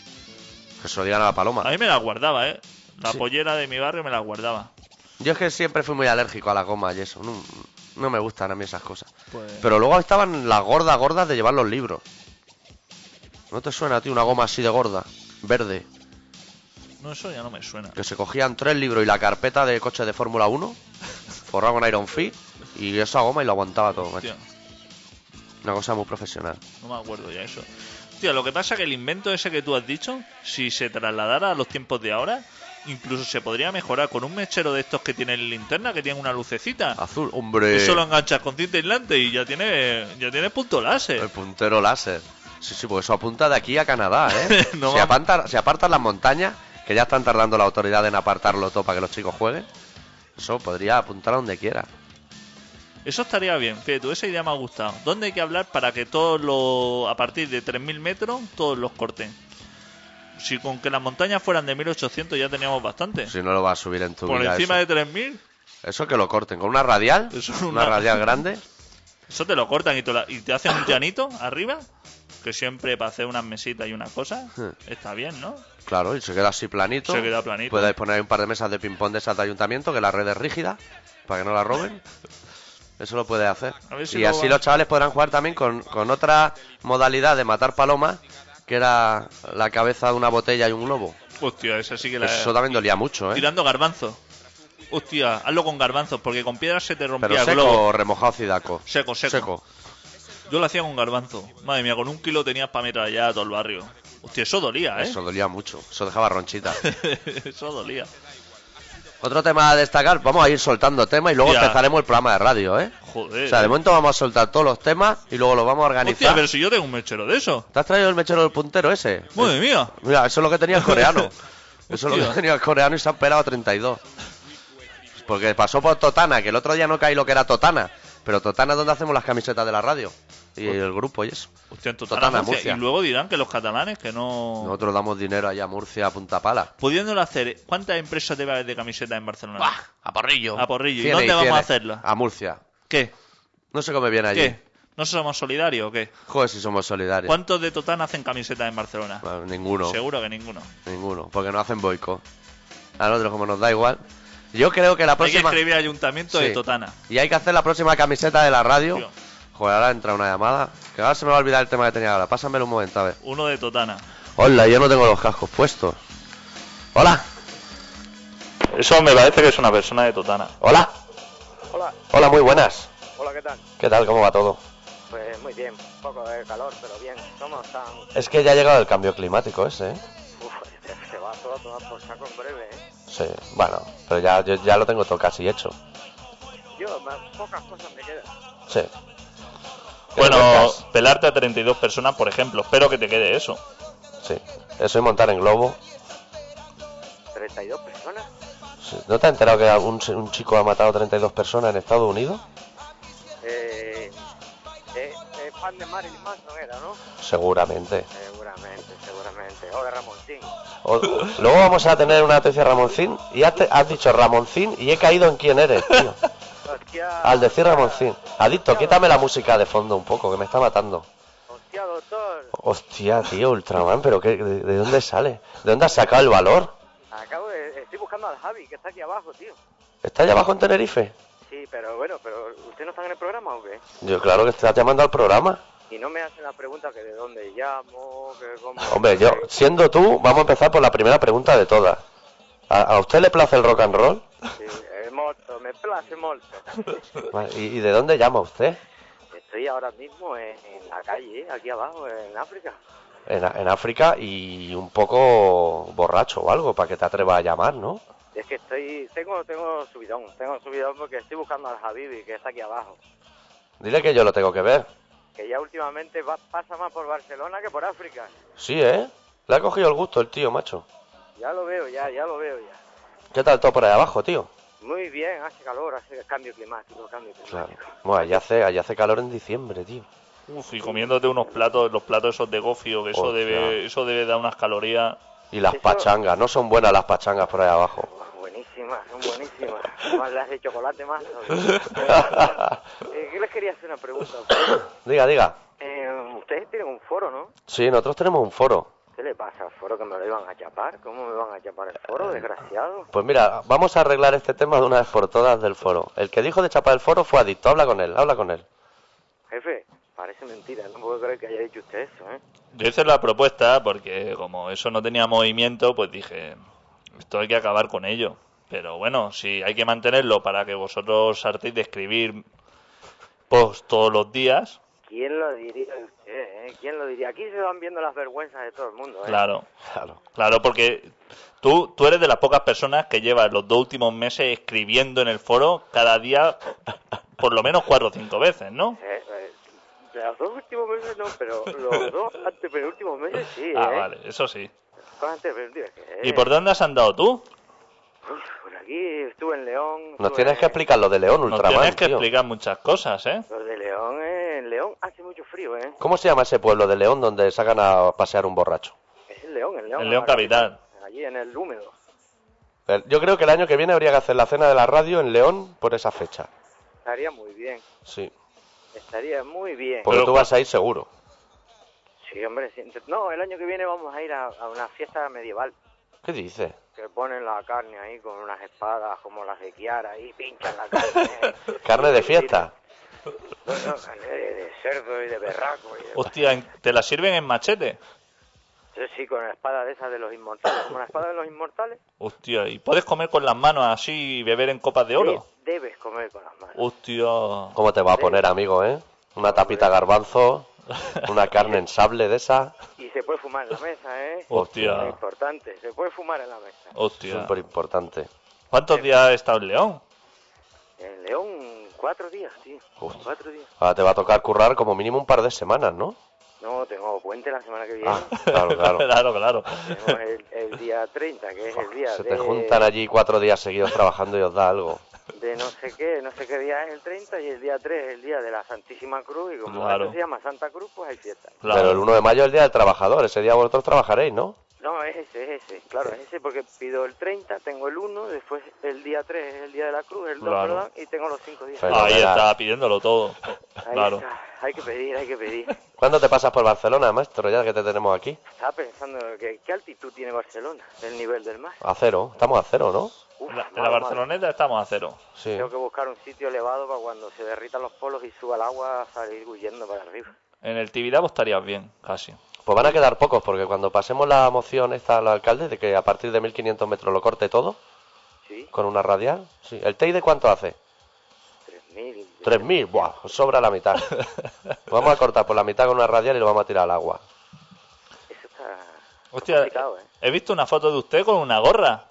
[SPEAKER 2] Que se lo digan a la paloma.
[SPEAKER 3] A mí me la guardaba, ¿eh? La
[SPEAKER 2] Sí.
[SPEAKER 3] pollera de mi barrio me la guardaba.
[SPEAKER 2] Yo es que siempre fui muy alérgico a la goma y eso. No, no me gustan a mí esas cosas.
[SPEAKER 3] Pues-
[SPEAKER 2] Pero luego estaban las gordas gordas de llevar los libros. ¿No te suena, tío, una goma así de gorda? Verde.
[SPEAKER 3] No, eso ya no me suena.
[SPEAKER 2] Que se cogían tres libros y la carpeta de coches de Fórmula 1. Forraba con Iron Fist. Y esa goma y lo aguantaba todo, macho.
[SPEAKER 3] Hostia.
[SPEAKER 2] Una cosa muy profesional.
[SPEAKER 3] No me acuerdo ya eso. Tío, lo que pasa es que el invento ese que tú has dicho, si se trasladara a los tiempos de ahora, incluso se podría mejorar con un mechero de estos que tienen linterna, que tienen una lucecita.
[SPEAKER 2] Azul, hombre.
[SPEAKER 3] Eso lo enganchas con cinta aislante y ya tiene ya tiene punto
[SPEAKER 2] El
[SPEAKER 3] láser.
[SPEAKER 2] puntero láser. Sí, sí, porque eso apunta de aquí a Canadá, ¿eh?
[SPEAKER 3] [laughs] No
[SPEAKER 2] si,
[SPEAKER 3] vamos.
[SPEAKER 2] apartan, si apartan las montañas, que ya están tardando la autoridad en apartarlo todo para que los chicos jueguen, eso podría apuntar a donde quiera.
[SPEAKER 3] Eso estaría bien, fíjate, tú, esa idea me ha gustado. ¿Dónde hay que hablar para que todos los, a partir de 3.000 metros, todos los corten? Si con que las montañas fueran de 1.800 ya teníamos bastante.
[SPEAKER 2] Si no lo vas a subir en tu
[SPEAKER 3] Por
[SPEAKER 2] vida.
[SPEAKER 3] encima
[SPEAKER 2] eso.
[SPEAKER 3] de 3.000,
[SPEAKER 2] Eso que lo corten con una radial,
[SPEAKER 3] Eso es
[SPEAKER 2] una...
[SPEAKER 3] una-
[SPEAKER 2] radial grande.
[SPEAKER 3] eso te lo cortan y te, la- y te hacen un llanito arriba, que siempre para hacer unas mesitas y unas cosas,
[SPEAKER 2] Hmm.
[SPEAKER 3] está bien, ¿no?
[SPEAKER 2] Claro, y se queda así planito.
[SPEAKER 3] Se queda planito.
[SPEAKER 2] Puedes poner ahí un par de mesas de ping-pong de esas de ayuntamiento, que la red es rígida, para que no la roben. Eso lo puedes hacer.
[SPEAKER 3] A ver si
[SPEAKER 2] y
[SPEAKER 3] lo
[SPEAKER 2] así
[SPEAKER 3] va-
[SPEAKER 2] los chavales podrán jugar también con, con otra modalidad de matar palomas, que era la cabeza de una botella y un globo.
[SPEAKER 3] Hostia, esa sí que la...
[SPEAKER 2] Pues Eso también dolía mucho, ¿eh?
[SPEAKER 3] Tirando garbanzos. Hostia, hazlo con garbanzos, porque con piedras se te rompía
[SPEAKER 2] Pero
[SPEAKER 3] el
[SPEAKER 2] seco,
[SPEAKER 3] globo.
[SPEAKER 2] o remojado cidaco.
[SPEAKER 3] Seco, seco. Yo lo hacía con garbanzo. Madre mía, con un kilo tenías para ametrallar a todo el barrio. Hostia, eso dolía, ¿eh?
[SPEAKER 2] Eso dolía mucho. Eso dejaba ronchita.
[SPEAKER 3] [laughs] Eso dolía.
[SPEAKER 2] [laughs] Otro tema a destacar. Vamos a ir soltando temas y luego
[SPEAKER 3] Ya.
[SPEAKER 2] empezaremos el programa de radio, ¿eh?
[SPEAKER 3] Joder.
[SPEAKER 2] O sea, de momento vamos a soltar todos los temas y luego los vamos a
[SPEAKER 3] Hostia,
[SPEAKER 2] organizar.
[SPEAKER 3] pero si yo tengo un mechero de eso.
[SPEAKER 2] ¿Te has traído el mechero del puntero ese?
[SPEAKER 3] Madre mía.
[SPEAKER 2] Mira, eso es lo que tenía el
[SPEAKER 3] [laughs]
[SPEAKER 2] coreano. Eso es lo que
[SPEAKER 3] Hostia.
[SPEAKER 2] tenía el coreano y se han pelado 32. Porque pasó por Totana, que el otro día no caí lo que era Totana. Pero Totana es donde hacemos las camisetas de la radio. Y
[SPEAKER 3] Pues-
[SPEAKER 2] el grupo y eso.
[SPEAKER 3] Hostia, en total
[SPEAKER 2] Total, a
[SPEAKER 3] Francia.
[SPEAKER 2] Murcia.
[SPEAKER 3] Y luego dirán que los catalanes que no...
[SPEAKER 2] Nosotros damos dinero allá a Murcia a punta pala.
[SPEAKER 3] Pudiéndolo hacer, ¿cuántas empresas debe haber de camisetas en Barcelona?
[SPEAKER 2] A Porrillo.
[SPEAKER 3] A Porrillo. ¿Y
[SPEAKER 2] Cienes
[SPEAKER 3] dónde vamos a
[SPEAKER 2] cienes.
[SPEAKER 3] hacerla?
[SPEAKER 2] A Murcia.
[SPEAKER 3] ¿Qué?
[SPEAKER 2] No se come bien allí.
[SPEAKER 3] ¿Qué? ¿No somos solidarios o qué?
[SPEAKER 2] Joder, si somos solidarios.
[SPEAKER 3] ¿Cuántos de Totán hacen camisetas en Barcelona?
[SPEAKER 2] Bueno, ninguno.
[SPEAKER 3] Seguro que ninguno.
[SPEAKER 2] Ninguno. Porque no hacen boicot. A nosotros, como nos da igual. Yo creo que la
[SPEAKER 3] Hay que
[SPEAKER 2] próxima.
[SPEAKER 3] escribir Ayuntamiento de
[SPEAKER 2] Pues Sí.
[SPEAKER 3] Totana.
[SPEAKER 2] Y hay que hacer la próxima camiseta de la radio.
[SPEAKER 3] Tío.
[SPEAKER 2] Joder, ahora entra una llamada. Que ahora se me va a olvidar el tema que tenía ahora. Pásamelo un momento, a ver.
[SPEAKER 3] Uno de Totana.
[SPEAKER 2] Hola, yo no tengo los cascos puestos. Hola,
[SPEAKER 3] Eso me parece que es una persona de Totana.
[SPEAKER 2] hola.
[SPEAKER 4] Hola,
[SPEAKER 2] Hola, muy buenas.
[SPEAKER 4] hola, ¿qué tal?
[SPEAKER 2] ¿Qué tal? ¿Cómo va todo?
[SPEAKER 4] Pues muy bien, un poco de calor, pero bien. Somos tan...
[SPEAKER 2] Es que ya ha llegado el cambio climático ese, ¿eh?
[SPEAKER 4] Uf, este se- se va todo a tomar por saco en breve, ¿eh?
[SPEAKER 2] Sí, bueno, pero ya, yo ya lo tengo todo casi hecho.
[SPEAKER 4] Yo, más- pocas cosas me quedan.
[SPEAKER 2] Sí.
[SPEAKER 3] Bueno, pelarte a 32 personas, por ejemplo. Espero que te quede eso.
[SPEAKER 2] Sí, eso es montar en globo.
[SPEAKER 4] 32 personas.
[SPEAKER 2] Sí. ¿No te has enterado que algún- un, chico ha matado 32 personas en Estados Unidos?
[SPEAKER 4] Eh, eh, eh, pan de Marilyn Manson era, ¿no?
[SPEAKER 2] Seguramente.
[SPEAKER 4] Seguramente, seguramente. O de Ramoncín.
[SPEAKER 2] O- luego vamos a tener una noticia de Ramoncín. Y has, te- has dicho Ramoncín y he caído en quién eres, tío.
[SPEAKER 4] Hostia...
[SPEAKER 2] Al decir Ramoncín. Adicto, quítame la música de fondo un poco, que me está matando.
[SPEAKER 4] Hostia, doctor.
[SPEAKER 2] Hostia, tío, Ultraman, pero qué, de, de dónde sale? ¿De dónde has sacado el valor?
[SPEAKER 4] Acabo de... Estoy buscando al Javi, que está aquí abajo, tío.
[SPEAKER 2] ¿Está allá abajo en Tenerife?
[SPEAKER 4] Sí, pero bueno, pero ¿usted no está en el programa o qué?
[SPEAKER 2] Yo, claro que estás llamando al programa.
[SPEAKER 4] Y no me hacen la pregunta que de dónde llamo, que cómo...
[SPEAKER 2] Hombre, yo, siendo tú, vamos a empezar por la primera pregunta de todas. ¿A, a usted le place el rock and roll?
[SPEAKER 4] Sí, es molto, me place molto.
[SPEAKER 2] Vale, ¿Y, y de dónde llama usted?
[SPEAKER 4] Estoy ahora mismo en, en la calle, eh, aquí abajo, en África.
[SPEAKER 2] En, en África y un poco borracho o algo, para que te atreva a llamar, ¿no?
[SPEAKER 4] Es que estoy, tengo, tengo subidón, tengo subidón porque estoy buscando al Habibi, que está aquí abajo.
[SPEAKER 2] Dile que yo lo tengo que ver.
[SPEAKER 4] Que ya últimamente va- pasa más por Barcelona que por África.
[SPEAKER 2] Sí, ¿eh? Le ha cogido el gusto el tío, macho.
[SPEAKER 4] Ya lo veo, ya, ya lo veo ya.
[SPEAKER 2] ¿Qué tal todo por ahí abajo, tío?
[SPEAKER 4] Muy bien, hace calor, hace cambio climático, cambio
[SPEAKER 2] Claro.
[SPEAKER 4] climático.
[SPEAKER 2] Bueno, allá hace, allá hace calor en diciembre, tío.
[SPEAKER 3] Uf, y comiéndote unos platos, los platos esos de gofio, que eso
[SPEAKER 2] Hostia.
[SPEAKER 3] debe, eso debe dar unas calorías.
[SPEAKER 2] Y las
[SPEAKER 4] Eso-
[SPEAKER 2] pachangas, no son buenas las pachangas por ahí abajo. [laughs]
[SPEAKER 4] Buenísimas, Buenísima, son buenísimas. Más las de chocolate más. Eh, ¿Qué les quería hacer una pregunta? a ustedes?
[SPEAKER 2] diga, diga.
[SPEAKER 4] Eh, ustedes tienen un foro, ¿no?
[SPEAKER 2] Sí, nosotros tenemos un foro.
[SPEAKER 4] ¿Qué le pasa al foro que me lo iban a chapar? ¿Cómo me van a chapar el foro, desgraciado?
[SPEAKER 2] Pues mira, vamos a arreglar este tema de una vez por todas del foro. El que dijo de chapar el foro fue adicto. Habla con él, habla con él.
[SPEAKER 4] Jefe, parece mentira, no puedo creer que haya dicho usted eso, ¿eh?
[SPEAKER 3] Yo hice la propuesta porque como eso no tenía movimiento, pues dije, esto hay que acabar con ello. Pero bueno, si hay que mantenerlo para que vosotros hartéis de escribir post todos los días,
[SPEAKER 4] ¿Quién lo diría usted? eh? ¿Quién lo diría? Aquí se van viendo las vergüenzas de todo el mundo. ¿eh?
[SPEAKER 3] Claro,
[SPEAKER 5] Claro.
[SPEAKER 3] claro, porque tú, tú eres de las pocas personas que llevas los dos últimos meses escribiendo en el foro cada día por lo menos cuatro o cinco veces, ¿no?
[SPEAKER 4] Eh, eh, los dos últimos meses no, pero
[SPEAKER 3] [laughs]
[SPEAKER 4] los dos antepenúltimos meses sí.
[SPEAKER 3] Ah,
[SPEAKER 4] ¿eh?
[SPEAKER 3] vale, eso sí.
[SPEAKER 4] Los dos antepenúltimos, ¿eh?
[SPEAKER 3] ¿Y por dónde has andado tú?
[SPEAKER 4] Uf, por aquí estuve en León.
[SPEAKER 2] Nos
[SPEAKER 4] estuve
[SPEAKER 2] tienes que
[SPEAKER 4] en-
[SPEAKER 2] explicar lo de León
[SPEAKER 3] Nos
[SPEAKER 2] Ultraman,
[SPEAKER 3] tienes que
[SPEAKER 2] tío.
[SPEAKER 3] explicar muchas cosas, ¿eh?
[SPEAKER 4] Los de León, eh, en León hace mucho frío, ¿eh?
[SPEAKER 2] ¿Cómo se llama ese pueblo de León donde sacan a pasear un borracho?
[SPEAKER 4] Es el León, el León.
[SPEAKER 3] En León
[SPEAKER 4] la
[SPEAKER 3] capital.
[SPEAKER 4] Allí en el húmedo.
[SPEAKER 2] Eh, Yo creo que el año que viene habría que hacer la cena de la radio en León por esa fecha.
[SPEAKER 4] Estaría muy bien.
[SPEAKER 2] Sí.
[SPEAKER 4] Estaría muy bien.
[SPEAKER 2] Porque
[SPEAKER 3] Pero-
[SPEAKER 2] tú vas a ir seguro.
[SPEAKER 4] Sí, hombre. sí. No, el año que viene vamos a ir a, a una fiesta medieval.
[SPEAKER 2] ¿Qué dices?
[SPEAKER 4] Que ponen la carne ahí con unas espadas como las de Kiara y pinchan la carne. ¿eh?
[SPEAKER 3] [laughs]
[SPEAKER 2] Carne de fiesta.
[SPEAKER 4] No, no, carne de, de cerdo y de berraco. Y de-
[SPEAKER 3] Hostia, ¿en- ¿te la sirven en machete?
[SPEAKER 4] Sí, sí, con la espada de esas de los inmortales. Como la espada de los inmortales,
[SPEAKER 3] Hostia, ¿y puedes comer con las manos así y beber en copas de oro?
[SPEAKER 4] sí, debes comer con las manos.
[SPEAKER 3] Hostia.
[SPEAKER 2] ¿Cómo te va a poner, amigo, eh? Una tapita garbanzo, una carne en sable de esa.
[SPEAKER 4] Y se puede fumar en la mesa, ¿eh? Muy
[SPEAKER 3] Hostia.
[SPEAKER 4] importante, se puede fumar en la mesa.
[SPEAKER 3] Hostia.
[SPEAKER 2] Súper Eh. importante.
[SPEAKER 3] ¿Cuántos días has estado en León?
[SPEAKER 4] En León, cuatro días, tío.
[SPEAKER 2] Uf.
[SPEAKER 4] Cuatro días.
[SPEAKER 2] Ahora te va a tocar currar como mínimo un par de semanas, ¿no?
[SPEAKER 4] No, tengo puente la semana que viene.
[SPEAKER 2] Ah, claro, claro.
[SPEAKER 3] [laughs] claro, claro.
[SPEAKER 4] Tengo el, el día 30, que es el día
[SPEAKER 2] Se
[SPEAKER 4] de,
[SPEAKER 2] te juntan allí cuatro días seguidos trabajando y os da algo.
[SPEAKER 4] de no sé qué, no sé qué día es el 30 y el día 3 es el día de la Santísima Cruz y como
[SPEAKER 3] Claro.
[SPEAKER 4] esto se llama Santa Cruz, pues hay fiesta.
[SPEAKER 3] Claro.
[SPEAKER 2] Pero el 1 de mayo es el Día del Trabajador. Ese día vosotros trabajaréis, ¿no?
[SPEAKER 4] No, es ese, es ese, claro, es ese porque pido el 30, tengo el 1, después el día 3 es el día de la cruz, el 2,
[SPEAKER 3] Claro.
[SPEAKER 4] perdón, y tengo los 5 días.
[SPEAKER 2] Pero
[SPEAKER 3] Ahí
[SPEAKER 2] nada.
[SPEAKER 3] está, pidiéndolo todo.
[SPEAKER 4] Ahí
[SPEAKER 3] Claro.
[SPEAKER 4] está, hay que pedir, hay que pedir.
[SPEAKER 2] ¿Cuándo te pasas por Barcelona, maestro? Ya que te tenemos aquí.
[SPEAKER 4] Estaba pensando que qué altitud tiene Barcelona, el nivel del mar.
[SPEAKER 2] A cero. Estamos a cero, ¿no?
[SPEAKER 3] En
[SPEAKER 4] Uf,
[SPEAKER 3] la, en la
[SPEAKER 4] madre, madre.
[SPEAKER 3] Barceloneta estamos a cero.
[SPEAKER 2] Sí.
[SPEAKER 4] Tengo que buscar un sitio elevado para cuando se derritan los polos y suba el agua salir huyendo para arriba.
[SPEAKER 3] En el Tibidabo estarías bien, casi.
[SPEAKER 2] Pues van a quedar pocos, porque cuando pasemos la moción esta al alcalde de que a partir de 1500 metros lo corte todo,
[SPEAKER 4] Sí,
[SPEAKER 2] con una radial. Sí. ¿El Teide cuánto hace?
[SPEAKER 4] 3.000.
[SPEAKER 2] 3000. Buah, os sobra la [laughs] mitad. Lo vamos a cortar por la mitad con una radial y lo vamos a tirar al agua.
[SPEAKER 4] Eso está
[SPEAKER 3] Hostia,
[SPEAKER 4] complicado, ¿eh?
[SPEAKER 3] he visto una foto de usted con una gorra.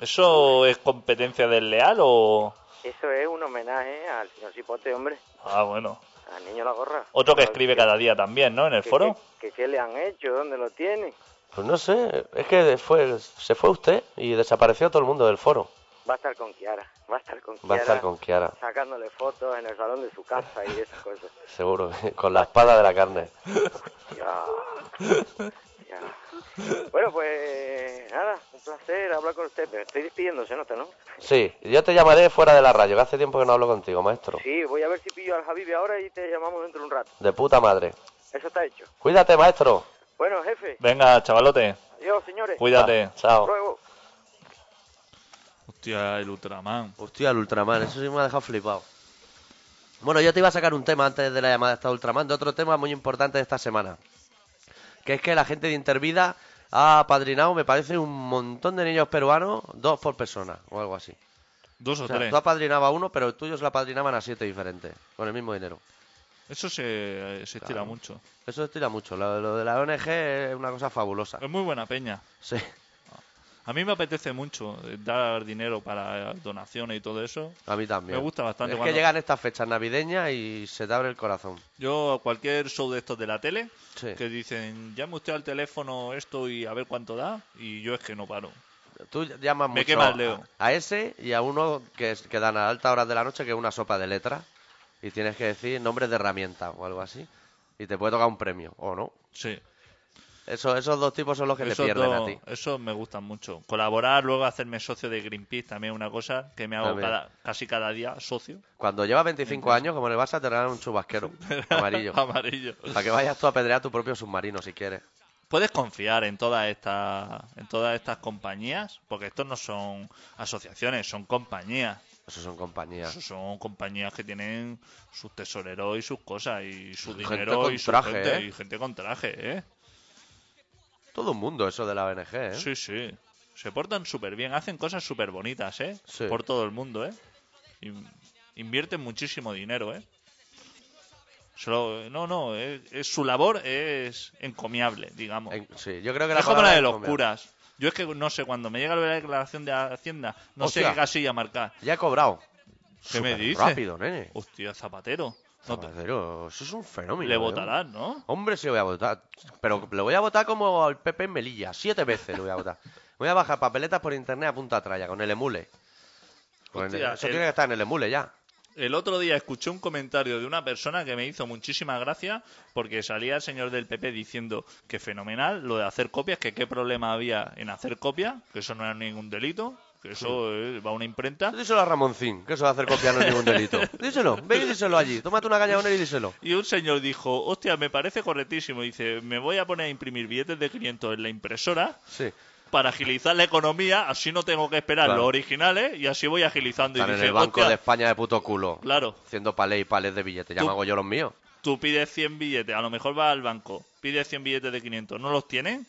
[SPEAKER 3] ¿Eso es competencia desleal o...?
[SPEAKER 4] Eso es un homenaje al señor Cipote, hombre,
[SPEAKER 3] Ah, bueno.
[SPEAKER 4] al niño la gorra.
[SPEAKER 3] Otro que escribe cada día también, ¿no? En el
[SPEAKER 4] ¿Qué-
[SPEAKER 3] foro.
[SPEAKER 4] qué- qué- qué le han hecho? ¿Dónde lo tiene?
[SPEAKER 2] Pues no sé, es que fue, se fue usted y desapareció todo el mundo del foro.
[SPEAKER 4] Va a estar con Kiara, va a estar con Kiara.
[SPEAKER 2] Va a estar con Kiara,
[SPEAKER 4] Sacándole fotos en el salón de su casa y esas cosas.
[SPEAKER 2] seguro, [laughs] con la espada de la carne.
[SPEAKER 4] Ya. Ya. Bueno, pues nada, un placer hablar con usted. Pero estoy despidiendo, se nota, ¿no?
[SPEAKER 2] Sí, yo te llamaré fuera de la radio, que hace tiempo que no hablo contigo, maestro.
[SPEAKER 4] Sí, voy a ver si pillo al Javibe ahora y te llamamos dentro de un rato.
[SPEAKER 2] De puta madre.
[SPEAKER 4] Eso está hecho.
[SPEAKER 2] Cuídate, maestro.
[SPEAKER 4] Bueno, jefe,
[SPEAKER 3] Venga, chavalote,
[SPEAKER 4] adiós, señores.
[SPEAKER 3] cuídate.
[SPEAKER 2] Ah, chao.
[SPEAKER 4] Luego.
[SPEAKER 3] Hostia, el Ultraman.
[SPEAKER 2] Hostia, el Ultraman, eso sí me ha dejado flipado. Bueno, yo te iba a sacar un tema antes de la llamada esta de Ultraman, de otro tema muy importante de esta semana. Que es que la gente de Intervida ha apadrinado, me parece, un montón de niños peruanos, dos por persona o algo así.
[SPEAKER 3] Dos o,
[SPEAKER 2] O sea,
[SPEAKER 3] tres.
[SPEAKER 2] tú apadrinabas a uno, pero el tuyo se lo apadrinaban a siete diferentes, con el mismo dinero.
[SPEAKER 3] Eso se, eh, se estira
[SPEAKER 2] Claro.
[SPEAKER 3] mucho.
[SPEAKER 2] Eso estira mucho. Lo, lo de la ONG es una cosa fabulosa.
[SPEAKER 3] Es muy buena peña.
[SPEAKER 2] Sí.
[SPEAKER 3] A mí me apetece mucho eh, dar dinero para donaciones y todo eso.
[SPEAKER 2] A mí también.
[SPEAKER 3] Me gusta bastante
[SPEAKER 2] Es
[SPEAKER 3] cuando-
[SPEAKER 2] que llegan estas fechas navideñas y se te abre el corazón.
[SPEAKER 3] Yo a cualquier show de estos de la tele,
[SPEAKER 2] Sí.
[SPEAKER 3] que dicen, llame usted al teléfono esto y a ver cuánto da, y yo es que no paro.
[SPEAKER 2] Tú llamas
[SPEAKER 3] Me
[SPEAKER 2] mucho
[SPEAKER 3] quema el dedo.
[SPEAKER 2] a ese y a uno que, es- que dan a altas horas de la noche, que es una sopa de letras, y tienes que decir nombres de herramienta o algo así, y te puede tocar un premio, o no.
[SPEAKER 3] Sí.
[SPEAKER 2] Eso, esos dos tipos son los que
[SPEAKER 3] Esos
[SPEAKER 2] le pierden
[SPEAKER 3] dos-
[SPEAKER 2] a ti.
[SPEAKER 3] esos me gustan mucho. Colaborar, luego hacerme socio de Greenpeace también es una cosa que me hago
[SPEAKER 2] También.
[SPEAKER 3] cada, casi cada día socio.
[SPEAKER 2] Cuando llevas 25 años, como en el Barça, te regalan un
[SPEAKER 3] [laughs]
[SPEAKER 2] chubasquero amarillo.
[SPEAKER 3] Amarillo.
[SPEAKER 2] para que vayas tú a apedrear tu propio submarino si quieres.
[SPEAKER 3] Puedes confiar en todas estas en todas estas compañías, porque estos no son asociaciones, son compañías.
[SPEAKER 2] Eso son compañías.
[SPEAKER 3] Eso son compañías que tienen sus tesoreros y sus cosas y su
[SPEAKER 2] Gente
[SPEAKER 3] dinero
[SPEAKER 2] con
[SPEAKER 3] y su
[SPEAKER 2] traje,
[SPEAKER 3] gente
[SPEAKER 2] ¿eh?
[SPEAKER 3] y gente con traje, ¿eh?
[SPEAKER 2] Todo un mundo eso de la ONG, ¿eh?
[SPEAKER 3] Sí, sí. Se portan súper bien, hacen cosas súper bonitas, ¿eh?
[SPEAKER 2] Sí.
[SPEAKER 3] Por todo el mundo, ¿eh? In- invierten muchísimo dinero, ¿eh? Solo, no, no, es, es- su labor es encomiable, digamos.
[SPEAKER 2] En- sí, yo creo que la
[SPEAKER 3] es como la
[SPEAKER 2] palabra
[SPEAKER 3] de los
[SPEAKER 2] comer.
[SPEAKER 3] curas. Yo es que no sé, cuando me llega la declaración de Hacienda, no sé
[SPEAKER 2] Hostia.
[SPEAKER 3] qué casilla marcar.
[SPEAKER 2] Ya he cobrado.
[SPEAKER 3] ¿Qué me dices?
[SPEAKER 2] Rápido, nene.
[SPEAKER 3] Hostia, Zapatero. No te-
[SPEAKER 2] Zapatero, eso es un fenómeno.
[SPEAKER 3] le
[SPEAKER 2] ¿eh?
[SPEAKER 3] votarás, ¿no?
[SPEAKER 2] Hombre, sí lo voy a votar. Pero lo voy a votar como al Pepe en Melilla. Siete veces lo voy a votar. Voy a bajar papeletas por internet a punta tralla con el emule. Con el-
[SPEAKER 3] Hostia,
[SPEAKER 2] eso
[SPEAKER 3] el-
[SPEAKER 2] tiene que estar en el emule ya.
[SPEAKER 3] El otro día escuché un comentario de una persona que me hizo muchísima gracia porque salía el señor del PP diciendo que fenomenal lo de hacer copias, que qué problema había en hacer copias, que eso no era ningún delito, que eso eh, va a una imprenta.
[SPEAKER 2] Díselo a Ramoncín, que eso de hacer copia no es ningún
[SPEAKER 3] [laughs]
[SPEAKER 2] delito. Díselo, ve y díselo allí. Tómate una caña con él y díselo.
[SPEAKER 3] Y un señor dijo, hostia, me parece correctísimo. Dice, me voy a poner a imprimir billetes de 500 en la impresora
[SPEAKER 2] Sí.
[SPEAKER 3] para agilizar la economía, así no tengo que esperar
[SPEAKER 2] Claro.
[SPEAKER 3] los originales y así voy agilizando.
[SPEAKER 2] Están
[SPEAKER 3] y
[SPEAKER 2] en
[SPEAKER 3] dije,
[SPEAKER 2] el Banco
[SPEAKER 3] hostia,
[SPEAKER 2] de España de puto culo.
[SPEAKER 3] claro,
[SPEAKER 2] Haciendo palés y palés de billetes. Ya
[SPEAKER 3] Tú-
[SPEAKER 2] me hago yo los míos.
[SPEAKER 3] tú pides 100 billetes, a lo mejor vas al banco, pides 100 billetes de 500, no los tienes,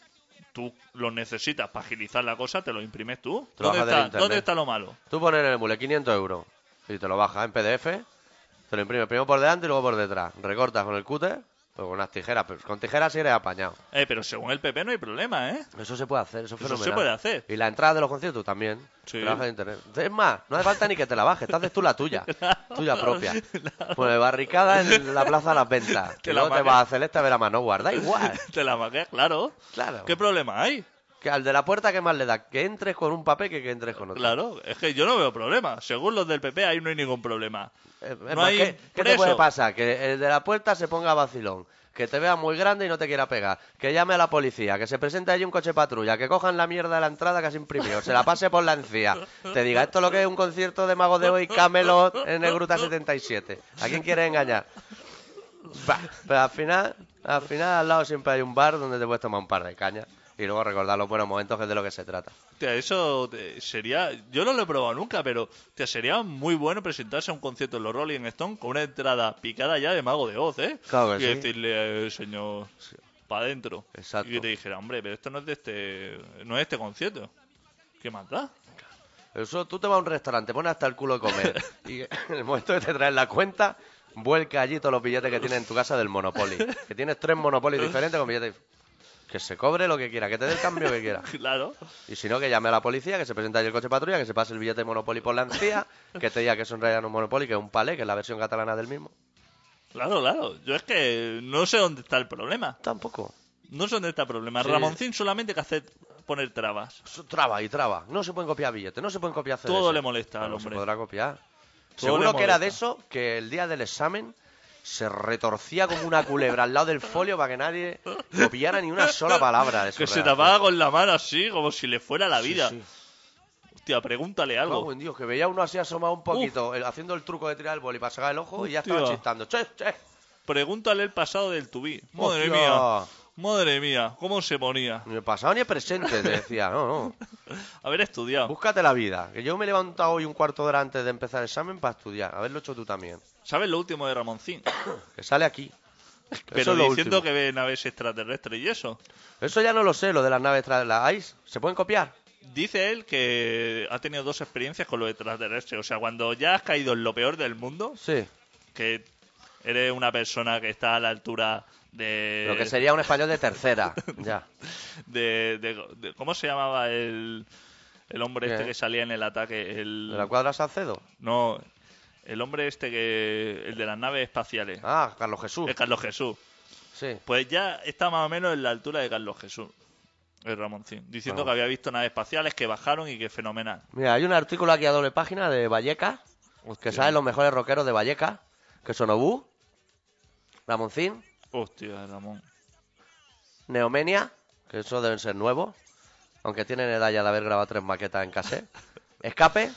[SPEAKER 3] tú los necesitas para agilizar la cosa, te los imprimes tú.
[SPEAKER 2] Te lo bajas
[SPEAKER 3] ¿Dónde
[SPEAKER 2] del
[SPEAKER 3] está,
[SPEAKER 2] internet.
[SPEAKER 3] ¿Dónde está lo malo?
[SPEAKER 2] Tú pones en el emule 500 euros y te lo bajas en PDF, te lo imprimes primero por delante y luego por detrás. Recortas con el cúter, pues con unas tijeras, pero con tijeras sí eres apañado.
[SPEAKER 3] Eh, pero según el PP no hay problema, ¿eh? [laughs]
[SPEAKER 2] Eso se puede hacer, eso es
[SPEAKER 3] Eso se
[SPEAKER 2] fenomenal.
[SPEAKER 3] puede hacer.
[SPEAKER 2] Y la entrada de los conciertos también.
[SPEAKER 3] Sí.
[SPEAKER 2] Te la bajas de internet. Es más, no hace falta ni que te la bajes, te haces tú la
[SPEAKER 3] [laughs]
[SPEAKER 2] tuya, tuya propia. Pues barricada en la plaza de las
[SPEAKER 3] [laughs]
[SPEAKER 2] ventas.
[SPEAKER 3] Te
[SPEAKER 2] Que
[SPEAKER 3] la
[SPEAKER 2] luego te
[SPEAKER 3] marcas.
[SPEAKER 2] vas a Celeste a ver a Manowar, da igual.
[SPEAKER 3] Te la maqueas, [laughs] claro.
[SPEAKER 2] Claro.
[SPEAKER 3] ¿Qué problema hay?
[SPEAKER 2] Que al de la puerta, ¿qué más le da? Que entres con un papel que que entres con otro.
[SPEAKER 3] Claro, es que yo no veo problema. Según los del PP, ahí no hay ningún problema.
[SPEAKER 2] Eh, es
[SPEAKER 3] No
[SPEAKER 2] más,
[SPEAKER 3] hay
[SPEAKER 2] ¿qué, qué te
[SPEAKER 3] preso.
[SPEAKER 2] puede pasar? Que el de la puerta se ponga vacilón, que te vea muy grande y no te quiera pegar, que llame a la policía, que se presente allí un coche patrulla, que cojan la mierda de la entrada que has imprimido, se la pase por la encía, te diga esto es lo que es un concierto de Mago de Hoy Camelot en el Gruta 77. ¿A quién quieres engañar? Bah, pero al final, al final al lado siempre hay un bar donde te puedes tomar un par de cañas y luego recordar los buenos momentos que es de lo que se trata.
[SPEAKER 3] Hostia, eso te- sería. Yo no lo he probado nunca, pero te sería muy bueno presentarse a un concierto de los Rolling Stones con una entrada picada ya de Mago de Oz, ¿eh?
[SPEAKER 2] Claro
[SPEAKER 3] y
[SPEAKER 2] que sí.
[SPEAKER 3] decirle, eh, señor, para adentro.
[SPEAKER 2] Exacto.
[SPEAKER 3] Y que te dijera, hombre, pero esto no es de este, no es de este concierto. ¿Qué más da? [laughs]
[SPEAKER 2] Eso, tú te vas a un restaurante, pones hasta el culo de comer y en el momento que te traen la cuenta, vuelca allí todos los billetes que tienes en tu casa del Monopoly. Que tienes tres Monopoly diferentes con billetes. Que se cobre lo que quiera, que te dé el cambio que quiera.
[SPEAKER 3] Claro.
[SPEAKER 2] Y si no, que llame a la policía, que se presente allí el coche patrulla, que se pase el billete de Monopoly por la encía, que te diga que eso en realidad no es un Monopoly, que es un palé, que es la versión catalana del mismo.
[SPEAKER 3] Claro, claro. Yo es que no sé dónde está el problema.
[SPEAKER 2] Tampoco.
[SPEAKER 3] No sé dónde está el problema.
[SPEAKER 2] Sí.
[SPEAKER 3] Ramoncín solamente que hace poner trabas.
[SPEAKER 2] Eso Pues traba y traba. No se pueden copiar billetes, no se pueden copiar CDs.
[SPEAKER 3] Todo le molesta al
[SPEAKER 2] No se
[SPEAKER 3] hombre.
[SPEAKER 2] podrá copiar.
[SPEAKER 3] Todo le
[SPEAKER 2] Seguro que era
[SPEAKER 3] molesta.
[SPEAKER 2] de eso que el día del examen se retorcía como una culebra al lado del folio para que nadie copiara ni una sola palabra de su
[SPEAKER 3] Que se
[SPEAKER 2] redacción.
[SPEAKER 3] tapaba con la mano así, como si le fuera la
[SPEAKER 2] Sí,
[SPEAKER 3] vida.
[SPEAKER 2] sí.
[SPEAKER 3] Hostia, pregúntale algo.
[SPEAKER 2] Cago en Dios, que veía uno así asomado un poquito, el- haciendo el truco de tirar el boli para sacar el ojo y ya estaba
[SPEAKER 3] Hostia.
[SPEAKER 2] chistando. ¡Che, che!
[SPEAKER 3] Pregúntale el pasado del tubí. Madre
[SPEAKER 2] Hostia.
[SPEAKER 3] mía. Madre mía, ¿cómo se ponía?
[SPEAKER 2] Ni el pasado ni el presente, te decía. No,
[SPEAKER 3] [laughs]
[SPEAKER 2] no.
[SPEAKER 3] Haber estudiado.
[SPEAKER 2] Búscate la vida. Que yo me he levantado hoy un cuarto de hora antes de empezar el examen para estudiar. Haberlo hecho tú también.
[SPEAKER 3] ¿Sabes lo último de Ramoncín?
[SPEAKER 2] Que sale aquí. Eso
[SPEAKER 3] Pero
[SPEAKER 2] es lo
[SPEAKER 3] diciendo
[SPEAKER 2] último.
[SPEAKER 3] que ve naves extraterrestres y eso.
[SPEAKER 2] Eso ya no lo sé, lo de las naves tras las ICE. ¿Se pueden copiar?
[SPEAKER 3] Dice él que ha tenido dos experiencias con los extraterrestres. O sea, cuando ya has caído en lo peor del mundo,
[SPEAKER 2] Sí.
[SPEAKER 3] que eres una persona que está a la altura de...
[SPEAKER 2] Eh, Lo que sería un español de tercera. [laughs] ya.
[SPEAKER 3] de, de- de- ¿Cómo se llamaba el, el hombre este
[SPEAKER 2] ¿Qué?
[SPEAKER 3] que salía en el ataque? El,
[SPEAKER 2] ¿De la cuadra Salcedo?
[SPEAKER 3] No, el hombre este que... El de las naves espaciales.
[SPEAKER 2] Ah, Carlos Jesús.
[SPEAKER 3] Es Carlos Jesús.
[SPEAKER 2] Sí.
[SPEAKER 3] Pues ya está más o menos en la altura de Carlos Jesús, el Ramoncín, diciendo
[SPEAKER 2] Ah.
[SPEAKER 3] que había visto naves espaciales que bajaron y que fenomenal.
[SPEAKER 2] Mira, hay un artículo aquí a doble página de Valleca, que saben los mejores rockeros de Valleca, que son Obú, Ramoncín,
[SPEAKER 3] Hostia, Ramón.
[SPEAKER 2] Neomenia, que eso deben ser nuevos, aunque tienen edad ya de haber grabado tres maquetas en cassette.
[SPEAKER 3] [laughs]
[SPEAKER 2] Escape,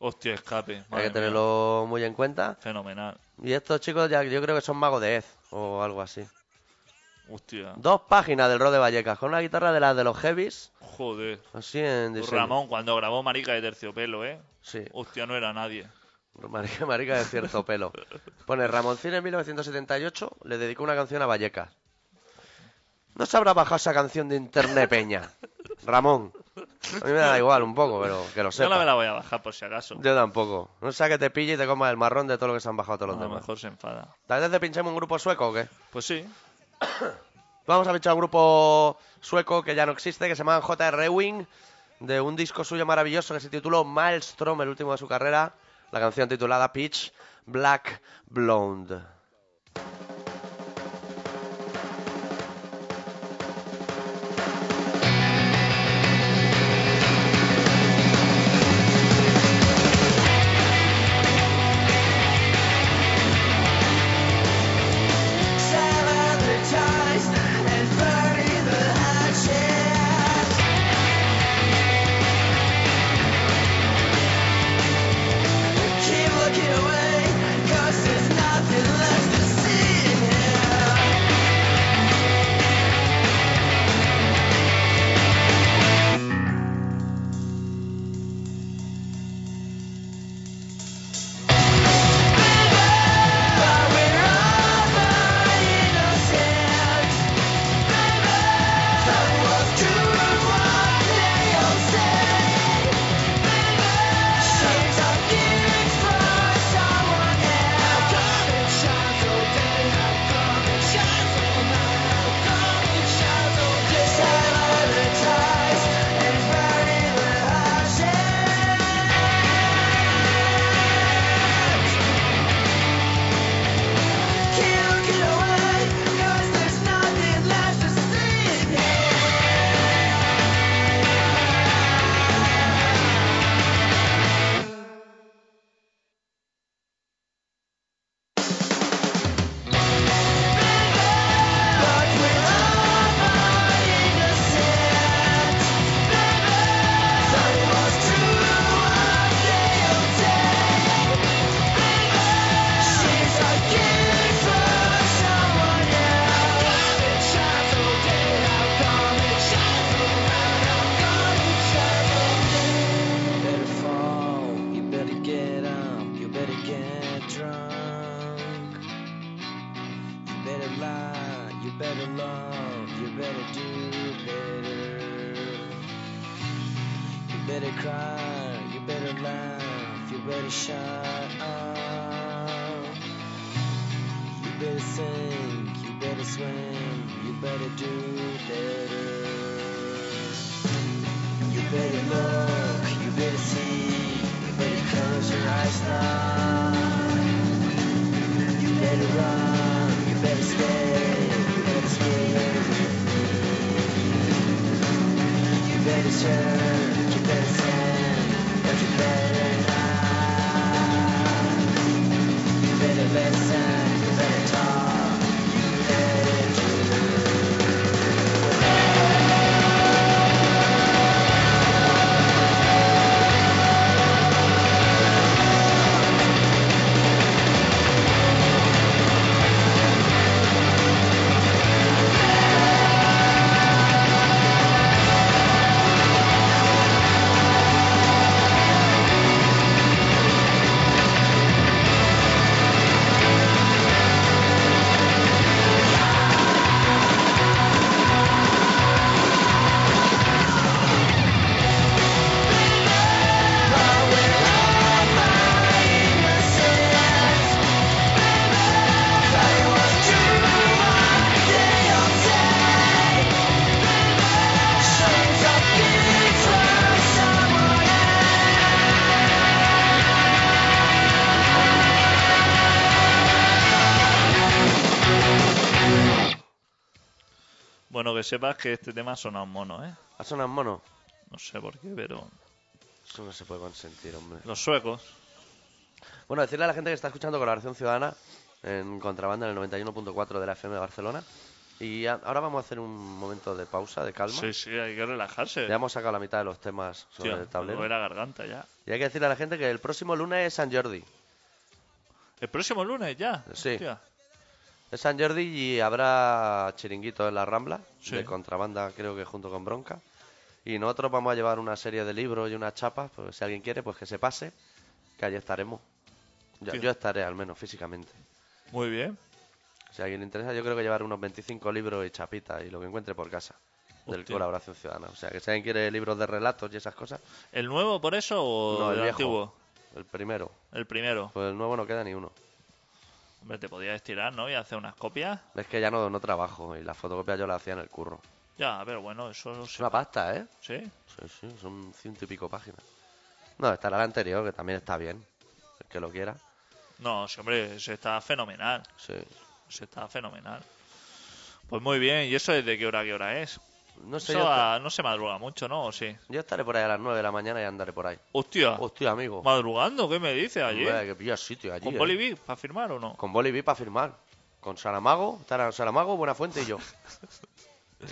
[SPEAKER 3] Hostia, escape.
[SPEAKER 2] hay
[SPEAKER 3] madre
[SPEAKER 2] que
[SPEAKER 3] mía.
[SPEAKER 2] tenerlo muy en cuenta.
[SPEAKER 3] Fenomenal.
[SPEAKER 2] Y estos chicos ya yo creo que son magos de Ez o algo así.
[SPEAKER 3] Hostia.
[SPEAKER 2] Dos páginas del rock de Vallecas, con una guitarra de las de los heavies,
[SPEAKER 3] Joder.
[SPEAKER 2] así en diseño.
[SPEAKER 3] Ramón, cuando grabó Marica de Terciopelo, ¿eh?
[SPEAKER 2] Sí.
[SPEAKER 3] Hostia, no era nadie.
[SPEAKER 2] Marica, marica de cierto pelo. Pone Ramoncín en 1978 le dedicó una canción a Vallecas. No se habrá bajado esa canción de internet, Peña. Ramón, A mí me da igual un poco, pero que lo
[SPEAKER 3] Yo
[SPEAKER 2] sepa.
[SPEAKER 3] no me la voy a bajar por si acaso.
[SPEAKER 2] Yo tampoco. No sea que te pille y te coma el marrón de todo lo que se han bajado todos los
[SPEAKER 3] a lo
[SPEAKER 2] demás.
[SPEAKER 3] mejor se enfada.
[SPEAKER 2] ¿Tal vez te pinchemos un grupo sueco o qué?
[SPEAKER 3] Pues sí.
[SPEAKER 2] Vamos a pinchar un grupo sueco que ya no existe, que se llama J.R. Wing, de un disco suyo maravilloso que se tituló Maelstrom, el último de su carrera. La canción titulada Pitch Black Blonde.
[SPEAKER 5] You better fall, you better get up, you better get drunk. You better lie, you better love, you better do better. You better cry, you better laugh, you better shut up. You better sink, you better swim, you better do better. You better look, you better see, you better close your eyes now. You better run, you better stay, you better stay with me. You better turn, you better send, but you better not. You better listen, you better talk, you better do.
[SPEAKER 3] Bueno, que sepas que este tema suena un mono, ¿eh?
[SPEAKER 2] ¿Ha sonado mono?
[SPEAKER 3] No sé por qué, pero.
[SPEAKER 2] Eso no se puede consentir, hombre.
[SPEAKER 3] Los suecos.
[SPEAKER 2] Bueno, decirle a la gente que está escuchando Colaboración Ciudadana en contrabanda en el 91.4 de la FM de Barcelona. Y a- ahora vamos a hacer un momento de pausa, de calma.
[SPEAKER 3] Sí, sí, hay que relajarse.
[SPEAKER 2] Ya hemos sacado la mitad de los temas sobre
[SPEAKER 3] Tío,
[SPEAKER 2] el
[SPEAKER 3] me
[SPEAKER 2] tablero.
[SPEAKER 3] duele la garganta ya.
[SPEAKER 2] Y hay que decirle a la gente que el próximo lunes es San Jordi.
[SPEAKER 3] El próximo lunes ya.
[SPEAKER 2] Sí.
[SPEAKER 3] hostia.
[SPEAKER 2] Es San Jordi y habrá chiringuito en la Rambla,
[SPEAKER 3] Sí.
[SPEAKER 2] de contrabanda creo que junto con Bronca. Y nosotros vamos a llevar una serie de libros y unas chapas, pues si alguien quiere, pues que se pase, que allí estaremos. Yo,
[SPEAKER 3] Tío.
[SPEAKER 2] yo estaré al menos físicamente.
[SPEAKER 3] Muy bien.
[SPEAKER 2] Si a alguien le interesa, yo creo que llevar unos 25 libros y chapitas y lo que encuentre por casa. del
[SPEAKER 3] Hostia.
[SPEAKER 2] Colaboración Ciudadana. O sea, que si alguien quiere libros de relatos y esas cosas,
[SPEAKER 3] ¿El nuevo por eso o
[SPEAKER 2] no, el
[SPEAKER 3] el
[SPEAKER 2] viejo,
[SPEAKER 3] antiguo?
[SPEAKER 2] el primero.
[SPEAKER 3] El primero.
[SPEAKER 2] Pues el nuevo no queda ni uno.
[SPEAKER 3] Hombre, te podías estirar, ¿no? Y hacer unas copias.
[SPEAKER 2] Es que ya no, no trabajo y las fotocopias yo las hacía en el curro.
[SPEAKER 3] Ya, pero bueno, eso
[SPEAKER 2] Es
[SPEAKER 3] sí.
[SPEAKER 2] una pasta, ¿eh?
[SPEAKER 3] Sí.
[SPEAKER 2] Sí, sí, son ciento y pico páginas. No, estará la anterior, que también está bien. El que lo quiera.
[SPEAKER 3] No, sí, hombre, se está fenomenal.
[SPEAKER 2] Sí.
[SPEAKER 3] Se está fenomenal. Pues muy bien, ¿y eso desde qué hora a qué hora es?
[SPEAKER 2] No sé,
[SPEAKER 3] Eso
[SPEAKER 2] yo,
[SPEAKER 3] a- no se madruga mucho, ¿no? ¿O sí?
[SPEAKER 2] esta- yo estaré por ahí a las 9 de la mañana y andaré por ahí.
[SPEAKER 3] Hostia,
[SPEAKER 2] Hostia, amigo.
[SPEAKER 3] madrugando, ¿qué me dices allí?
[SPEAKER 2] Vaya, que pillas sitio allí.
[SPEAKER 3] ¿Con
[SPEAKER 2] eh.
[SPEAKER 3] Bolivir para firmar o no?
[SPEAKER 2] Con Boliví para firmar. Con Saramago, estarán Saramago, Buenafuente y
[SPEAKER 3] [laughs]
[SPEAKER 2] yo.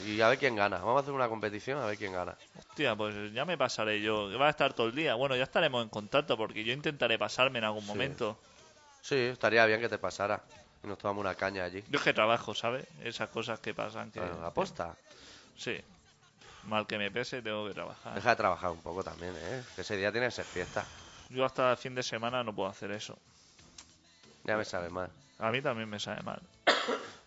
[SPEAKER 2] y a ver quién gana. Vamos a hacer una competición a ver quién gana.
[SPEAKER 3] Hostia, pues ya me pasaré yo. que Va a estar todo el día. Bueno, ya estaremos en contacto porque yo intentaré pasarme en algún momento.
[SPEAKER 2] Sí, estaría bien que te pasara. Y nos tomamos una caña allí.
[SPEAKER 3] Yo es que trabajo, ¿sabes? Esas cosas que pasan. Que...
[SPEAKER 2] Bueno, Ah, aposta.
[SPEAKER 3] Sí. Mal que me pese, tengo que trabajar.
[SPEAKER 2] Deja de trabajar un poco también, ¿eh? Que ese día tiene que ser fiesta.
[SPEAKER 3] Yo hasta el fin de semana no puedo hacer eso.
[SPEAKER 2] Ya me sabe mal.
[SPEAKER 3] A mí también me sale
[SPEAKER 2] [coughs]
[SPEAKER 3] mal.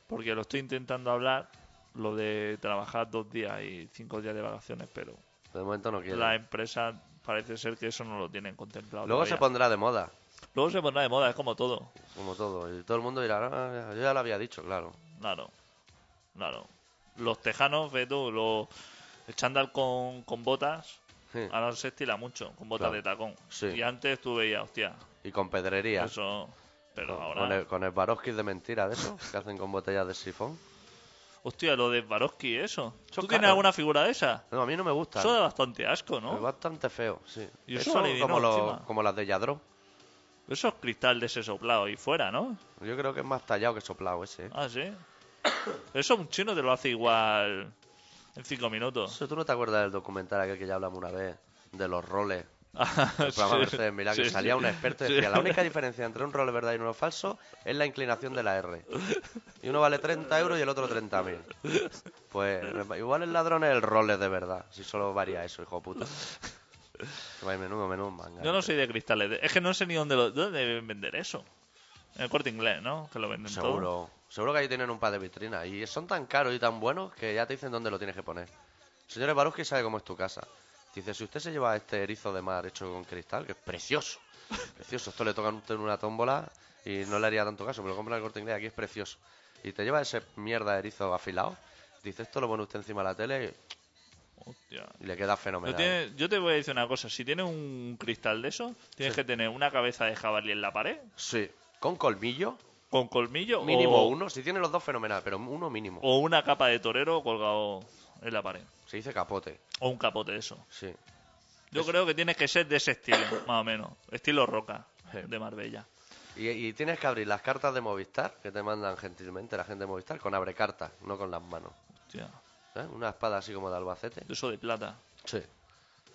[SPEAKER 3] Porque lo estoy intentando hablar, lo de trabajar dos días y cinco días de vacaciones, pero
[SPEAKER 2] De momento no quiero.
[SPEAKER 3] la empresa parece ser que eso no lo tienen contemplado.
[SPEAKER 2] Luego se
[SPEAKER 3] todavía.
[SPEAKER 2] pondrá de moda,
[SPEAKER 3] Luego se pondrá de moda, es como todo.
[SPEAKER 2] como todo. Y todo el mundo dirá, "Ah, yo ya lo había dicho, claro.
[SPEAKER 3] Claro, claro. Los tejanos, ve tú, los... el chándal con, con botas,
[SPEAKER 2] Sí.
[SPEAKER 3] ahora se estila mucho, con botas
[SPEAKER 2] Claro.
[SPEAKER 3] de tacón.
[SPEAKER 2] Sí.
[SPEAKER 3] Y antes tú veías, hostia,
[SPEAKER 2] Y con pedrería.
[SPEAKER 3] eso. Pero
[SPEAKER 2] Con-
[SPEAKER 3] ahora.
[SPEAKER 2] Con el, con el Swarovski de mentira de eso, que hacen con botellas de sifón.
[SPEAKER 3] Hostia, lo de Swarovski, eso.
[SPEAKER 2] Eso
[SPEAKER 3] ¿Tú
[SPEAKER 2] es
[SPEAKER 3] tienes
[SPEAKER 2] caro.
[SPEAKER 3] alguna figura de esa?
[SPEAKER 2] No, a mí no me gusta.
[SPEAKER 3] Eso da bastante asco,
[SPEAKER 2] Es
[SPEAKER 3] ¿no?
[SPEAKER 2] bastante feo, sí.
[SPEAKER 3] Y eso
[SPEAKER 2] Eso,
[SPEAKER 3] adivinó
[SPEAKER 2] como, lo-
[SPEAKER 3] encima.
[SPEAKER 2] como las de Yadro.
[SPEAKER 3] Eso es cristal de ese soplado y fuera, ¿no?
[SPEAKER 2] Yo creo que es más tallado que soplado ese. ¿eh?
[SPEAKER 3] Ah, sí. Eso un chino te lo hace igual en cinco minutos. [laughs]
[SPEAKER 2] Eso, ¿Tú no te acuerdas del documental aquel que ya hablamos una vez? De los roles.
[SPEAKER 3] Ah, [laughs]
[SPEAKER 2] El programa
[SPEAKER 3] sí.
[SPEAKER 2] Mercedes Milá, que
[SPEAKER 3] Sí,
[SPEAKER 2] salía
[SPEAKER 3] sí.
[SPEAKER 2] un experto y
[SPEAKER 3] Sí.
[SPEAKER 2] decía,
[SPEAKER 3] [laughs]
[SPEAKER 2] la única diferencia entre un rol verdadero y uno falso es la inclinación de la R. Y uno vale 30 euros y el otro 30.000. Pues igual el ladrón es el role de verdad, si solo varía eso, hijo de puta. Vaya, menudo, menudo manga.
[SPEAKER 3] Yo no soy de cristales. de- Es que no sé ni dónde, lo, dónde deben vender eso. En el corte inglés, ¿no? Que lo venden todo.
[SPEAKER 2] Seguro. Seguro que ahí tienen un par de vitrinas. Y son tan caros y tan buenos que ya te dicen dónde lo tienes que poner. Señores Baruski sabe cómo es tu casa. Dice, si usted se lleva este erizo de mar hecho con cristal, que es precioso. [laughs] Precioso. Esto le toca a usted en una tómbola y no le haría tanto caso, pero lo compra en el corte inglés, aquí es precioso. Y te lleva ese mierda de erizo afilado. Dice, esto lo pone usted encima de la tele
[SPEAKER 3] Hostia.
[SPEAKER 2] y le queda
[SPEAKER 3] No
[SPEAKER 2] fenomenal.
[SPEAKER 3] tiene- yo te voy a decir una cosa. Si tienes un cristal de eso, tienes que tener una cabeza de jabalí en la pared,
[SPEAKER 2] Sí. Con colmillo,
[SPEAKER 3] con colmillo
[SPEAKER 2] mínimo
[SPEAKER 3] o,
[SPEAKER 2] uno. Si tiene los dos, fenomenal, pero uno mínimo.
[SPEAKER 3] o una capa de torero colgado en la pared.
[SPEAKER 2] Se dice capote.
[SPEAKER 3] O un capote de eso.
[SPEAKER 2] Sí.
[SPEAKER 3] Yo creo que tienes que ser de
[SPEAKER 2] [coughs]
[SPEAKER 3] ese estilo, más o menos. Estilo roca
[SPEAKER 2] Sí.
[SPEAKER 3] de Marbella.
[SPEAKER 2] Y, y tienes que abrir las cartas de Movistar, que te mandan gentilmente la gente de Movistar, con abre cartas, no con las manos.
[SPEAKER 3] Hostia,
[SPEAKER 2] ¿Eh? Una espada así como de Albacete.
[SPEAKER 3] de eso de plata.
[SPEAKER 2] Sí,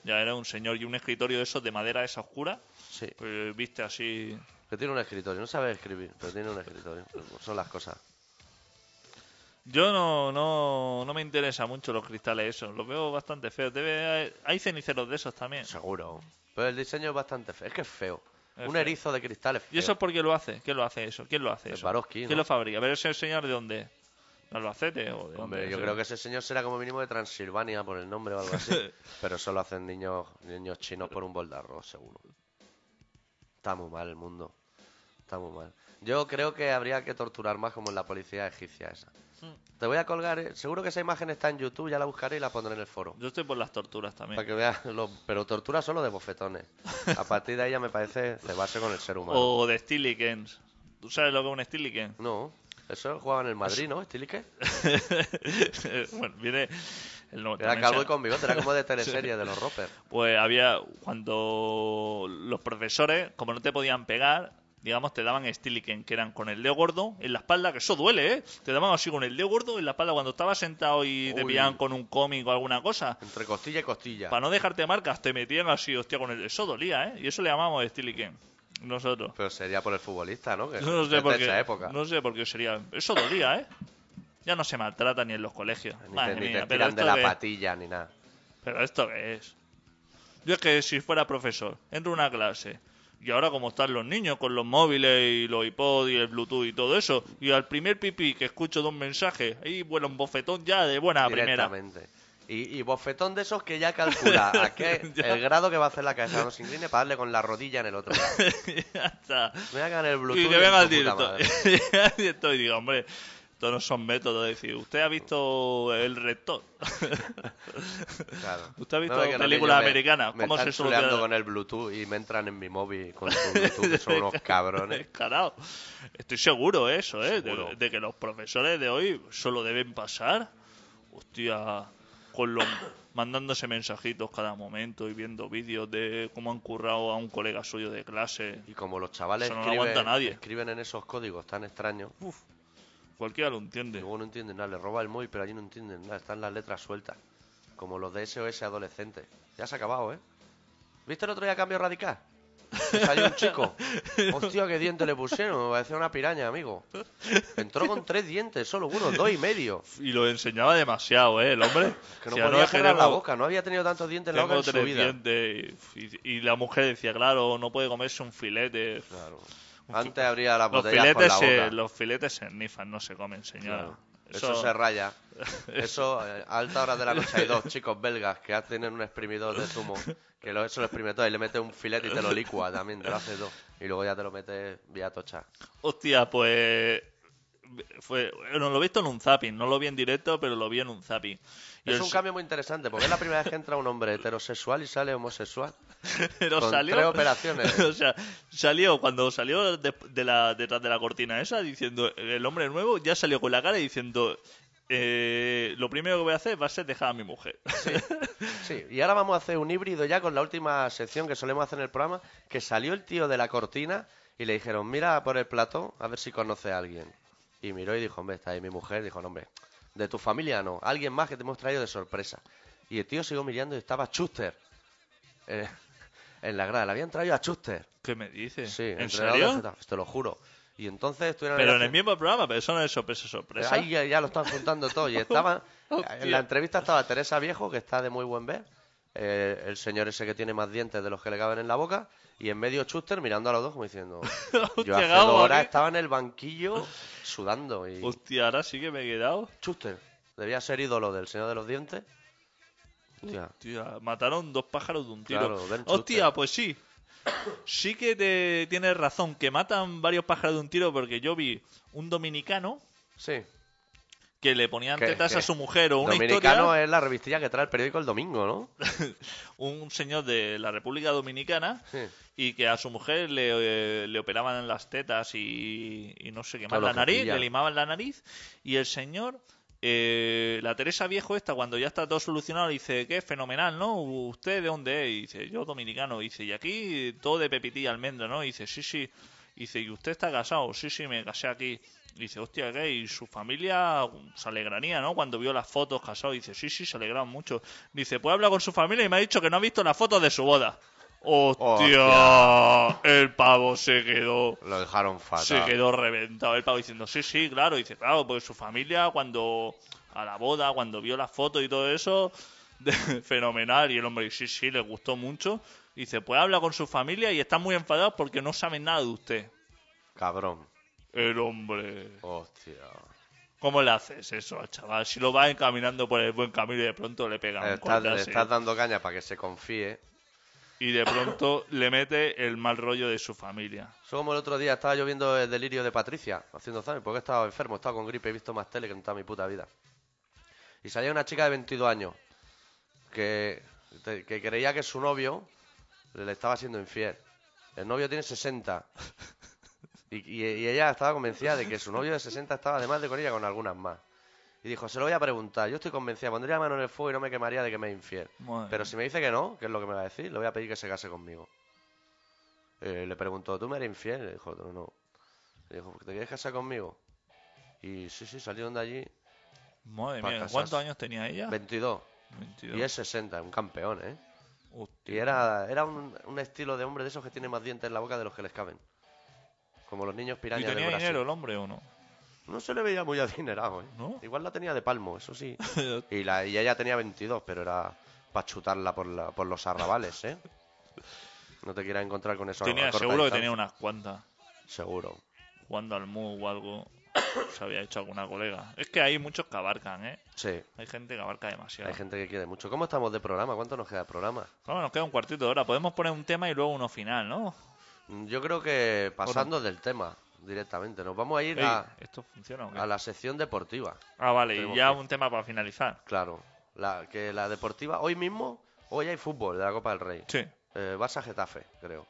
[SPEAKER 3] Ya era un señor y un escritorio de esos de madera esa oscura.
[SPEAKER 2] sí.
[SPEAKER 3] eh, viste así.
[SPEAKER 2] Que tiene un escritorio, no sabe escribir, pero tiene un escritorio. Son las cosas.
[SPEAKER 3] Yo no, no, no me interesa mucho los cristales esos. Los veo bastante feos. Debe- hay ceniceros de esos también.
[SPEAKER 2] Seguro. Pero el diseño es bastante feo. Es que es feo.
[SPEAKER 3] Es
[SPEAKER 2] un
[SPEAKER 3] feo.
[SPEAKER 2] erizo de cristales
[SPEAKER 3] ¿Y eso por qué lo hace? ¿Quién lo hace eso? ¿Quién lo hace
[SPEAKER 2] El
[SPEAKER 3] eso?
[SPEAKER 2] Swarovski,
[SPEAKER 3] ¿Quién
[SPEAKER 2] ¿no?
[SPEAKER 3] lo fabrica? ¿Pero ese señor de dónde? es? ¿De Albacete o de
[SPEAKER 2] Hombre,
[SPEAKER 3] dónde?
[SPEAKER 2] yo
[SPEAKER 3] Sí.
[SPEAKER 2] creo que ese señor será como mínimo de Transilvania por el nombre o algo
[SPEAKER 3] [laughs]
[SPEAKER 2] así. pero solo hacen niños, niños chinos por un bol de arroz, seguro. Está muy mal el mundo. Está muy mal. Yo creo que habría que torturar más como en la policía egipcia esa.
[SPEAKER 3] Mm.
[SPEAKER 2] Te voy a colgar, eh, seguro que esa imagen está en YouTube, ya la buscaré y la pondré en el foro.
[SPEAKER 3] Yo estoy por las torturas
[SPEAKER 2] Para
[SPEAKER 3] también.
[SPEAKER 2] que veas, lo- pero tortura solo de bofetones.
[SPEAKER 3] [laughs]
[SPEAKER 2] A partir de ahí ya me parece cebarse con el ser humano.
[SPEAKER 3] O de Steelikens. ¿Tú sabes lo que es
[SPEAKER 2] [laughs]
[SPEAKER 3] un Steelikens?
[SPEAKER 2] No, eso jugaban en el Madrid, ¿no? Estilique.
[SPEAKER 3] Pues bueno, viene el no-
[SPEAKER 2] Era
[SPEAKER 3] también
[SPEAKER 2] calvo
[SPEAKER 3] se-
[SPEAKER 2] y con bigote, era como
[SPEAKER 3] [laughs]
[SPEAKER 2] de teleserie de los Roppers.
[SPEAKER 3] Pues había cuando los profesores, como no te podían pegar, digamos, te daban Steeliken, que eran con el dedo gordo en la espalda, que eso duele, ¿eh? Te daban así con el dedo gordo en la espalda cuando estabas sentado y te
[SPEAKER 2] Uy.
[SPEAKER 3] pillaban con un cómic o alguna cosa.
[SPEAKER 2] Entre costilla y costilla.
[SPEAKER 3] Para no dejarte marcas, te metían así, hostia, con el... Eso dolía, ¿eh? Y eso le llamamos Steeliken, nosotros.
[SPEAKER 2] Pero sería por el futbolista, ¿no? Que
[SPEAKER 3] Yo no
[SPEAKER 2] es
[SPEAKER 3] sé
[SPEAKER 2] de
[SPEAKER 3] por
[SPEAKER 2] esa
[SPEAKER 3] qué.
[SPEAKER 2] época.
[SPEAKER 3] No sé por qué sería. Eso dolía, ¿eh? Ya no se maltrata ni en los colegios.
[SPEAKER 2] Ni
[SPEAKER 3] Madre
[SPEAKER 2] te, ni
[SPEAKER 3] mía,
[SPEAKER 2] te
[SPEAKER 3] pero
[SPEAKER 2] tiran de
[SPEAKER 3] esto
[SPEAKER 2] la
[SPEAKER 3] qué es.
[SPEAKER 2] patilla ni nada.
[SPEAKER 3] ¿Pero esto qué es? Yo es que si fuera profesor, entro a una clase y ahora como están los niños con los móviles y los iPod y el Bluetooth y todo eso, y al primer pipí que escucho de un mensaje, ahí vuela un bofetón ya de buena primera.
[SPEAKER 2] Directamente. Y, y bofetón de esos que ya
[SPEAKER 3] [laughs]
[SPEAKER 2] calcula a qué- el grado que va a hacer la cabeza a los inclines para darle con la rodilla en el otro. lado.
[SPEAKER 3] [laughs] ya está.
[SPEAKER 2] Me voy a cagar en el Bluetooth.
[SPEAKER 3] Y que
[SPEAKER 2] en
[SPEAKER 3] venga el
[SPEAKER 2] tu puta
[SPEAKER 3] director.
[SPEAKER 2] madre.
[SPEAKER 3] Llega el director [laughs] y diga, hombre, estos no son métodos. Es decir, usted ha visto el
[SPEAKER 2] [laughs]
[SPEAKER 3] rector.
[SPEAKER 2] Claro.
[SPEAKER 3] Usted ha visto
[SPEAKER 2] No, es que no, que
[SPEAKER 3] películas
[SPEAKER 2] yo me-
[SPEAKER 3] americanas.
[SPEAKER 2] Me
[SPEAKER 3] ¿Cómo
[SPEAKER 2] están
[SPEAKER 3] se
[SPEAKER 2] chuleando con
[SPEAKER 3] soluciona?
[SPEAKER 2] el Bluetooth y me entran en mi móvil con su Bluetooth,
[SPEAKER 3] [laughs]
[SPEAKER 2] que son unos cabrones.
[SPEAKER 3] Descarado. Estoy seguro de eso, ¿eh? De,
[SPEAKER 2] Seguro.
[SPEAKER 3] de que los profesores de hoy solo deben pasar. Hostia, con los. mandándose mensajitos cada momento y viendo vídeos de cómo han currado a un colega suyo de clase.
[SPEAKER 2] Y como los chavales
[SPEAKER 3] Eso no lo
[SPEAKER 2] escriben,
[SPEAKER 3] aguanta nadie.
[SPEAKER 2] escriben en esos códigos tan extraños,
[SPEAKER 3] Cualquiera lo entiende.
[SPEAKER 2] luego no entienden nada, le roba el móvil, pero allí no entienden nada, están las letras sueltas. Como los de SOS adolescentes. Ya se ha acabado, ¿eh? ¿Viste el otro día cambio radical? Que Salió un
[SPEAKER 3] [laughs]
[SPEAKER 2] chico. Hostia, qué diente le pusieron. Me parecía una piraña, amigo. Entró con tres dientes, solo uno, dos y medio.
[SPEAKER 3] Y lo enseñaba demasiado, ¿eh? El hombre.
[SPEAKER 2] [laughs] Que no
[SPEAKER 3] Si ya
[SPEAKER 2] podía
[SPEAKER 3] es
[SPEAKER 2] cerrar la
[SPEAKER 3] tengo-
[SPEAKER 2] boca, no había tenido tantos dientes en la boca
[SPEAKER 3] tengo
[SPEAKER 2] en su
[SPEAKER 3] tres
[SPEAKER 2] vida.
[SPEAKER 3] dientes. Y, y la mujer decía, claro, no puede comerse un filete.
[SPEAKER 2] Claro. Antes abría la
[SPEAKER 3] Los
[SPEAKER 2] botella con
[SPEAKER 3] filetes,
[SPEAKER 2] la boca.
[SPEAKER 3] se, los filetes se nifan, no se comen, señora.
[SPEAKER 2] Claro. Eso... se raya. [laughs] Eso, eh, a alta hora de la noche hay dos chicos belgas que tienen un exprimidor de zumo, que lo, eso lo exprime todo y le mete un filete y te lo licua también, te lo hace dos. Y luego ya te lo metes vía tocha.
[SPEAKER 3] Hostia, pues. Fue, bueno, lo he visto en un zapping, no lo vi en directo, pero lo vi en un zapping. Y
[SPEAKER 2] es
[SPEAKER 3] el-
[SPEAKER 2] un cambio muy interesante, porque es la primera vez que entra un hombre heterosexual y sale homosexual.
[SPEAKER 3] [laughs] pero
[SPEAKER 2] con
[SPEAKER 3] salió,
[SPEAKER 2] tres operaciones.
[SPEAKER 3] [laughs] o sea, salió cuando salió de, de la, detrás de la cortina esa, diciendo el hombre nuevo, ya salió con la cara y diciendo: eh, Lo primero que voy a hacer va a ser dejar a mi mujer.
[SPEAKER 2] Sí, y ahora vamos a hacer un híbrido ya con la última sección que solemos hacer en el programa, que salió el tío de la cortina y le dijeron, mira por el plató a ver si conoce a alguien. Y miró y dijo, hombre, está ahí mi mujer. Dijo, no, hombre, de tu familia no, alguien más que te hemos traído de sorpresa. Y el tío siguió mirando y estaba Chuster eh, en la grada. Le habían traído a Chuster.
[SPEAKER 3] [laughs] ¿Qué me dices?
[SPEAKER 2] Sí,
[SPEAKER 3] ¿En
[SPEAKER 2] entrenador
[SPEAKER 3] serio?
[SPEAKER 2] de Getafe, E, te lo juro. Y entonces estuvieron
[SPEAKER 3] Pero
[SPEAKER 2] la
[SPEAKER 3] en el
[SPEAKER 2] ce-
[SPEAKER 3] mismo programa, pero eso no es sorpresa, sorpresa.
[SPEAKER 2] Ahí ya, ya lo están juntando todo. Y estaba. [laughs]
[SPEAKER 3] Hostia.
[SPEAKER 2] en la entrevista estaba Teresa Viejo, que está de muy buen ver. eh, el señor ese que tiene más dientes de los que le caben en la boca. Y en medio Chuster mirando a los dos como [laughs] diciendo.
[SPEAKER 3] Hostia,
[SPEAKER 2] Yo hace dos
[SPEAKER 3] Gabo,
[SPEAKER 2] horas
[SPEAKER 3] aquí.
[SPEAKER 2] estaba en el banquillo sudando. Y.
[SPEAKER 3] Hostia, ahora sí que me he quedado.
[SPEAKER 2] Chuster. Debía ser ídolo del señor de los dientes. Hostia.
[SPEAKER 3] Hostia, mataron dos pájaros de un tiro.
[SPEAKER 2] Claro, Ben Schuster.
[SPEAKER 3] Hostia, pues sí. [coughs] Sí que te tienes razón, que matan varios pájaros de un tiro porque yo vi un dominicano
[SPEAKER 2] Sí.
[SPEAKER 3] que le ponían
[SPEAKER 2] Que-
[SPEAKER 3] tetas
[SPEAKER 2] que
[SPEAKER 3] a su mujer o una
[SPEAKER 2] Dominicano
[SPEAKER 3] historia,
[SPEAKER 2] es la revistilla que trae el periódico el domingo, ¿no?
[SPEAKER 3] un señor de la República Dominicana
[SPEAKER 2] Sí.
[SPEAKER 3] y que a su mujer le, eh, le operaban las tetas y, y no sé qué más,
[SPEAKER 2] Todo
[SPEAKER 3] la
[SPEAKER 2] lo que
[SPEAKER 3] nariz,
[SPEAKER 2] pilla.
[SPEAKER 3] le limaban la nariz y el señor, eh, la Teresa Viejo esta, cuando ya está todo solucionado, le dice, qué fenomenal, ¿no? ¿Usted de dónde es? Y dice, yo dominicano, Y dice, y aquí todo de pepití y almendra, ¿no? Y dice, sí, sí, Y dice, ¿y usted está casado? Sí, sí, me casé aquí. Y Dice, hostia, ¿qué? Y su familia se alegraría, ¿no? Cuando vio las fotos casado, dice, sí, sí, se alegraron mucho. Dice, pues habla con su familia y me ha dicho que no ha visto las fotos de su boda. ¡Hostia! El pavo se quedó.
[SPEAKER 2] Lo dejaron fatal.
[SPEAKER 3] Se quedó reventado el pavo diciendo, sí, sí, claro. dice, claro, pues su familia cuando a la boda, cuando vio las fotos y todo eso, de- [laughs] fenomenal. Y el hombre, sí, sí, le gustó mucho. Dice, pues habla con su familia y están muy enfadados porque no saben nada de usted.
[SPEAKER 2] Cabrón.
[SPEAKER 3] El hombre.
[SPEAKER 2] Hostia.
[SPEAKER 3] ¿Cómo le haces eso al chaval? Si lo vas encaminando por el buen camino y de pronto le pegan
[SPEAKER 2] Le
[SPEAKER 3] un
[SPEAKER 2] estás,
[SPEAKER 3] corte
[SPEAKER 2] le
[SPEAKER 3] así.
[SPEAKER 2] estás dando caña para que se confíe.
[SPEAKER 3] y de pronto le mete el mal rollo de su familia.
[SPEAKER 2] Eso como el otro día estaba yo viendo el delirio de Patricia haciendo examen, porque estaba enfermo, estaba con gripe, he visto más tele que en toda mi puta vida. Y salía una chica de 22 años que, que creía que su novio le estaba siendo infiel. El novio tiene 60. Y, y- y ella estaba convencida de que su novio de 60 estaba además de con ella con algunas más. Y dijo, se lo voy a preguntar, yo estoy convencida, pondría la mano en el fuego y no me quemaría de que me es infiel.
[SPEAKER 3] Madre
[SPEAKER 2] Pero si me dice que no, que es lo que me va a decir, le voy a pedir que se case conmigo. Eh, le preguntó, ¿tú me eres infiel? Le dijo, no, no. Le dijo, ¿te quieres casar conmigo? Y sí, sí, salieron de allí
[SPEAKER 3] Madre
[SPEAKER 2] para
[SPEAKER 3] mía,
[SPEAKER 2] casarse.
[SPEAKER 3] ¿cuántos años tenía ella?
[SPEAKER 2] 22.
[SPEAKER 3] 22.
[SPEAKER 2] Y es 60, un campeón, ¿eh?
[SPEAKER 3] Hostia.
[SPEAKER 2] Y era, era un, un estilo de hombre de esos que tiene más dientes en la boca de los que les caben. Como los niños
[SPEAKER 3] ¿Y
[SPEAKER 2] pirañas de
[SPEAKER 3] tenía
[SPEAKER 2] Brasil.
[SPEAKER 3] dinero el hombre o no?
[SPEAKER 2] No se le veía muy adinerado, ¿eh?
[SPEAKER 3] ¿No? [laughs]
[SPEAKER 2] Igual la tenía de palmo, eso sí. Y, la, y ella tenía 22, pero era para chutarla por, la- por los arrabales, ¿eh? No te quieras encontrar con eso. a
[SPEAKER 3] tenía,
[SPEAKER 2] corta
[SPEAKER 3] seguro que
[SPEAKER 2] distancia.
[SPEAKER 3] tenía unas cuantas.
[SPEAKER 2] Seguro.
[SPEAKER 3] Jugando al mu o algo. [coughs] se había hecho alguna colega. Es que hay muchos que abarcan, ¿eh?
[SPEAKER 2] Sí,
[SPEAKER 3] Hay gente que abarca demasiado.
[SPEAKER 2] hay gente que quiere mucho. ¿Cómo estamos de programa? ¿Cuánto nos queda de programa?
[SPEAKER 3] Vamos, nos queda un cuartito de hora. Podemos poner un tema y luego uno final, ¿no?
[SPEAKER 2] Mm, Yo creo que pasando del tema directamente, nos vamos a ir
[SPEAKER 3] Ey,
[SPEAKER 2] a,
[SPEAKER 3] ¿Esto funciona o qué?
[SPEAKER 2] a la sección deportiva.
[SPEAKER 3] Ah, vale, y
[SPEAKER 2] Tenemos
[SPEAKER 3] ya
[SPEAKER 2] que-
[SPEAKER 3] un tema para finalizar.
[SPEAKER 2] Claro, la, que la deportiva, hoy mismo, hoy hay fútbol de la Copa del Rey.
[SPEAKER 3] Sí.
[SPEAKER 2] Eh, Barça Getafe, creo.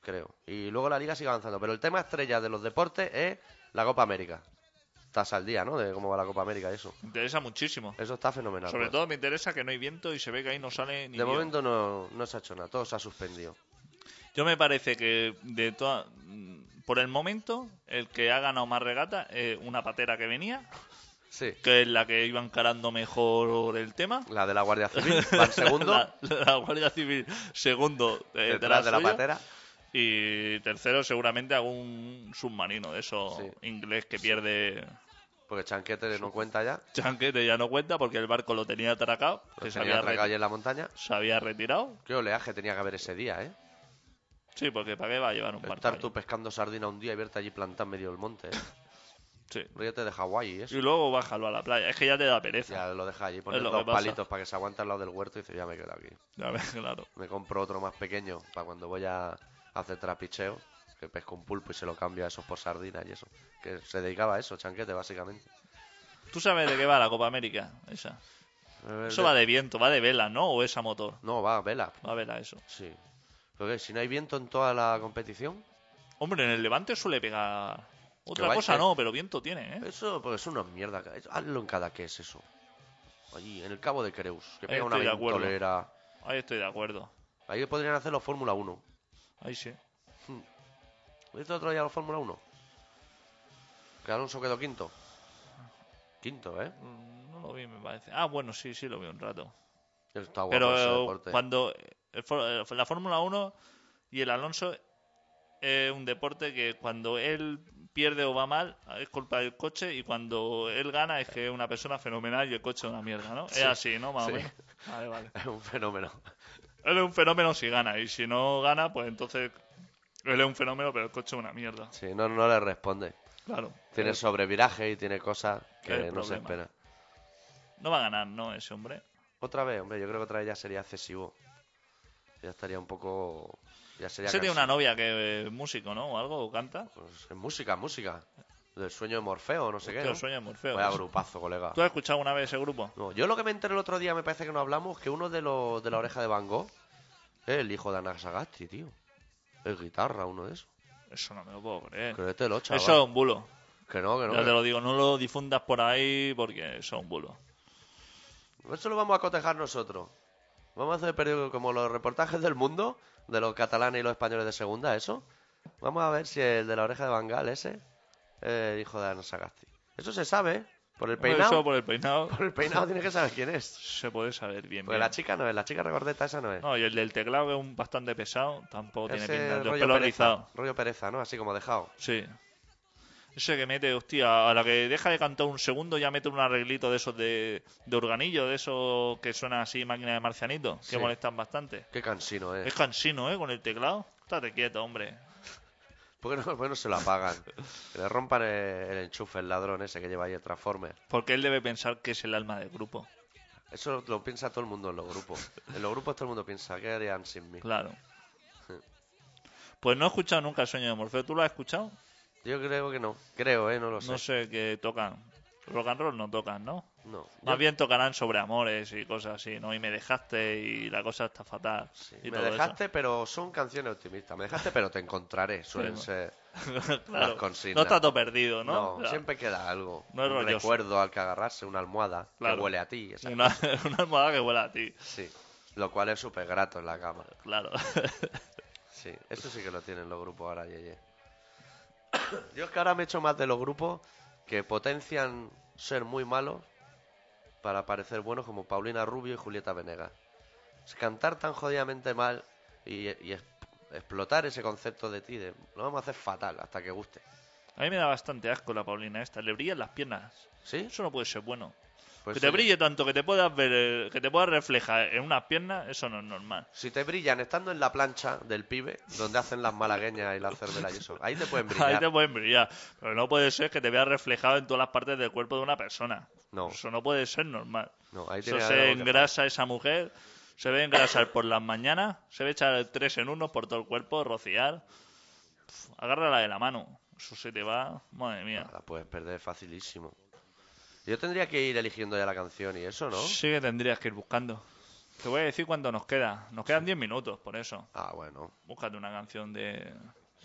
[SPEAKER 2] Creo. Y luego la liga sigue avanzando. Pero el tema estrella de los deportes es la Copa América. Estás al día, ¿no? De cómo va la Copa América, y eso.
[SPEAKER 3] Me interesa muchísimo.
[SPEAKER 2] Eso está fenomenal.
[SPEAKER 3] Sobre
[SPEAKER 2] pues.
[SPEAKER 3] todo me interesa que no hay viento y se ve que ahí no sale ni
[SPEAKER 2] De
[SPEAKER 3] Dios.
[SPEAKER 2] momento no, no se ha hecho nada, todo se ha suspendido.
[SPEAKER 3] Yo me parece que de toda... mm, por el momento el que ha ganado más regata es una patera que venía,
[SPEAKER 2] Sí.
[SPEAKER 3] que es la que iba encarando mejor el tema.
[SPEAKER 2] La de la
[SPEAKER 3] [laughs]
[SPEAKER 2] Guardia Civil, va en segundo,
[SPEAKER 3] la, la Guardia Civil segundo eh,
[SPEAKER 2] detrás de la
[SPEAKER 3] suyo.
[SPEAKER 2] patera.
[SPEAKER 3] Y tercero seguramente algún submarino de esos
[SPEAKER 2] Sí.
[SPEAKER 3] inglés que pierde
[SPEAKER 2] Porque Chanquete no cuenta ya.
[SPEAKER 3] chanquete ya no cuenta porque el barco lo tenía atracado,
[SPEAKER 2] Lo
[SPEAKER 3] que se
[SPEAKER 2] tenía
[SPEAKER 3] había,
[SPEAKER 2] atracado allí
[SPEAKER 3] re-
[SPEAKER 2] en la montaña.
[SPEAKER 3] se había retirado.
[SPEAKER 2] Qué oleaje tenía que haber ese día, ¿eh?
[SPEAKER 3] Sí, porque ¿para qué va a llevar un barco?
[SPEAKER 2] Estar
[SPEAKER 3] ahí?
[SPEAKER 2] tú pescando sardina un día y verte allí plantar en medio del monte. ¿eh?
[SPEAKER 3] Sí.
[SPEAKER 2] Ríete de Hawái y eso.
[SPEAKER 3] Y luego bájalo a la playa. Es que ya te da pereza.
[SPEAKER 2] Ya lo dejas allí, pones
[SPEAKER 3] lo
[SPEAKER 2] dos
[SPEAKER 3] que pasa.
[SPEAKER 2] palitos para que se aguante al lado del huerto y dices, ya me quedo aquí.
[SPEAKER 3] [laughs] Ya ves, claro.
[SPEAKER 2] Me compro otro más pequeño para cuando voy a hacer trapicheo, que pesco un pulpo y se lo cambio a esos por sardinas y eso. Que se dedicaba a eso, Chanquete, básicamente.
[SPEAKER 3] ¿Tú sabes de qué va la Copa América?
[SPEAKER 2] [laughs]
[SPEAKER 3] Esa. Eso va Eh, de viento, va de vela, ¿no? ¿O es a motor?
[SPEAKER 2] No, va, vela.
[SPEAKER 3] Va a vela eso.
[SPEAKER 2] Sí. Porque si no hay viento en toda la competición,
[SPEAKER 3] Hombre, en el Levante suele pegar... Otra
[SPEAKER 2] guay,
[SPEAKER 3] cosa
[SPEAKER 2] eh.
[SPEAKER 3] no, pero viento tiene, ¿eh?
[SPEAKER 2] eso pues es una mierda. Eso- Hazlo en cada que es eso. Allí, en el Cabo de Creus, que
[SPEAKER 3] Ahí
[SPEAKER 2] pega una
[SPEAKER 3] estoy de acuerdo.
[SPEAKER 2] ventolera.
[SPEAKER 3] Ahí estoy de acuerdo.
[SPEAKER 2] Ahí podrían hacerlo Fórmula 1.
[SPEAKER 3] Ahí sí.
[SPEAKER 2] ¿Viste otro día la Fórmula 1? Que Alonso quedó quinto. Quinto, ¿eh?
[SPEAKER 3] Mm, No lo vi, me parece. Ah, bueno, sí, sí, lo vi un rato.
[SPEAKER 2] Está guapo ese
[SPEAKER 3] Pero eh,
[SPEAKER 2] deporte.
[SPEAKER 3] cuando el for- eh, la Fórmula 1 y el Alonso es un deporte que cuando él pierde o va mal es culpa del coche y cuando él gana es que es una persona fenomenal y el coche es una mierda, ¿no?
[SPEAKER 2] Sí,
[SPEAKER 3] es así, ¿no? Más
[SPEAKER 2] sí.
[SPEAKER 3] o
[SPEAKER 2] [laughs]
[SPEAKER 3] menos. Vale, vale.
[SPEAKER 2] [laughs] Es un fenómeno.
[SPEAKER 3] Él es un fenómeno si gana y si no gana, pues entonces él es un fenómeno pero el coche es una mierda.
[SPEAKER 2] Sí, no, no le responde.
[SPEAKER 3] Claro.
[SPEAKER 2] Tiene sobreviraje y tiene cosas
[SPEAKER 3] Es
[SPEAKER 2] que
[SPEAKER 3] el
[SPEAKER 2] no se
[SPEAKER 3] problema.
[SPEAKER 2] espera.
[SPEAKER 3] No va a ganar, ¿no? Ese hombre.
[SPEAKER 2] Otra vez, hombre, yo creo que otra vez ya sería excesivo. Ya estaría un poco. Ya sería.
[SPEAKER 3] Ese tiene una
[SPEAKER 2] cansino.
[SPEAKER 3] novia que es músico, ¿no? O algo, o canta.
[SPEAKER 2] Pues es música, música. Del sueño de Morfeo, no sé
[SPEAKER 3] Hostia,
[SPEAKER 2] qué. ¿no?
[SPEAKER 3] el sueño de Morfeo.
[SPEAKER 2] Vaya grupazo, colega.
[SPEAKER 3] ¿Tú has escuchado una vez ese grupo?
[SPEAKER 2] No, yo lo que me enteré el otro día, me parece que no hablamos, que uno de los de la oreja de Van Gogh es el hijo de Anaxagasti, tío. Es guitarra, uno de esos.
[SPEAKER 3] Eso no me lo puedo creer.
[SPEAKER 2] Créetelo, chaval.
[SPEAKER 3] Eh, Eso es un bulo.
[SPEAKER 2] Que no, que no.
[SPEAKER 3] ya
[SPEAKER 2] que
[SPEAKER 3] te lo digo, no lo difundas por ahí porque eso es un bulo.
[SPEAKER 2] no. Eso lo vamos a cotejar nosotros. Vamos a hacer periódico como los reportajes del mundo, de los catalanes y los españoles de segunda, eso. Vamos a ver si el de la oreja de Van Gogh, ese, es el hijo de Anaxagasti. Eso se sabe, ¿eh? por el
[SPEAKER 3] Hombre,
[SPEAKER 2] peinado.
[SPEAKER 3] Eso por el peinado
[SPEAKER 2] Por el peinado tiene que saber quién es.
[SPEAKER 3] se puede saber bien.
[SPEAKER 2] Porque
[SPEAKER 3] bien.
[SPEAKER 2] la chica no es, la chica regordeta esa no es.
[SPEAKER 3] No, y el del teclado que es un bastante pesado, tampoco tiene
[SPEAKER 2] Ese
[SPEAKER 3] pinta. El del
[SPEAKER 2] rollo
[SPEAKER 3] pelo
[SPEAKER 2] pereza,
[SPEAKER 3] rizado.
[SPEAKER 2] rollo pereza, ¿no? Así como dejado.
[SPEAKER 3] Sí. Ese que mete, hostia, a la que deja de cantar un segundo ya mete un arreglito de esos de, de organillo, de esos que suena así máquina de marcianito, que
[SPEAKER 2] Sí.
[SPEAKER 3] molestan bastante.
[SPEAKER 2] Qué cansino es.
[SPEAKER 3] Es cansino, ¿eh? Con el teclado. Estate quieto, hombre.
[SPEAKER 2] ¿Por qué no, por qué no se lo apagan? Que le rompan el, el enchufe, el ladrón ese que lleva ahí el Transformer.
[SPEAKER 3] Porque él debe pensar que es el alma del grupo.
[SPEAKER 2] Eso lo piensa todo el mundo en los grupos. En los grupos todo el mundo piensa, ¿qué harían sin mí?
[SPEAKER 3] Claro. Pues no he escuchado nunca el sueño de Morfeo. ¿Tú lo has escuchado?
[SPEAKER 2] Yo creo que no. Creo, ¿eh? No lo sé.
[SPEAKER 3] No sé qué tocan. Rock and roll no tocan, ¿no?
[SPEAKER 2] No.
[SPEAKER 3] Más
[SPEAKER 2] Yo-
[SPEAKER 3] bien tocarán sobre amores y cosas así, ¿no? Y me dejaste y la cosa está fatal.
[SPEAKER 2] sí,
[SPEAKER 3] y
[SPEAKER 2] me
[SPEAKER 3] todo
[SPEAKER 2] dejaste, pero son canciones optimistas. Me dejaste, pero te encontraré. Suelen
[SPEAKER 3] Sí,
[SPEAKER 2] ser.
[SPEAKER 3] eso.
[SPEAKER 2] las
[SPEAKER 3] [laughs] claro.
[SPEAKER 2] consignas.
[SPEAKER 3] No está todo perdido, ¿no?
[SPEAKER 2] No,
[SPEAKER 3] Claro.
[SPEAKER 2] siempre queda algo.
[SPEAKER 3] No es
[SPEAKER 2] un
[SPEAKER 3] rollo.
[SPEAKER 2] recuerdo al que agarrarse, una almohada que
[SPEAKER 3] Claro.
[SPEAKER 2] huele a ti. esas
[SPEAKER 3] Una, [laughs] una almohada que vuela a ti.
[SPEAKER 2] cosas. Sí. Lo cual es súper grato en la cama.
[SPEAKER 3] Claro. [laughs]
[SPEAKER 2] Sí, eso sí que lo tienen los grupos ahora, Yeye. [coughs] Yo es que ahora me he hecho más de los grupos que potencian ser muy malos para parecer buenos como Paulina Rubio y Julieta Venegas. Es Cantar tan jodidamente mal y, y es- explotar ese concepto de ti, de, lo vamos a hacer fatal hasta que guste.
[SPEAKER 3] A mí me da bastante asco la Paulina esta. Le brillan las piernas.
[SPEAKER 2] ¿Sí?
[SPEAKER 3] Eso no puede ser bueno.
[SPEAKER 2] Pues
[SPEAKER 3] que te
[SPEAKER 2] sí.
[SPEAKER 3] brille tanto, que te puedas ver, eh, que te puedas reflejar en unas piernas, eso no es normal.
[SPEAKER 2] Si te brillan estando en la plancha del pibe, donde hacen las malagueñas y las cervelas y eso, ahí te pueden brillar.
[SPEAKER 3] [laughs] Ahí te pueden brillar. Pero no puede ser que te veas reflejado en todas las partes del cuerpo de una persona.
[SPEAKER 2] No.
[SPEAKER 3] Eso no puede ser normal.
[SPEAKER 2] No, ahí
[SPEAKER 3] Eso
[SPEAKER 2] tiene
[SPEAKER 3] se
[SPEAKER 2] algo que
[SPEAKER 3] engrasa esa mujer, se ve engrasar por las mañanas, se ve echar tres en uno por todo el cuerpo, rociar. Pf, agárrala de la mano. Eso se te va, madre mía.
[SPEAKER 2] La puedes perder facilísimo. Yo tendría que ir eligiendo ya la canción y eso, ¿no?
[SPEAKER 3] Sí que tendrías que ir buscando. Te voy a decir cuánto nos queda. Nos quedan 10 minutos, por eso.
[SPEAKER 2] Ah, bueno.
[SPEAKER 3] Búscate una canción de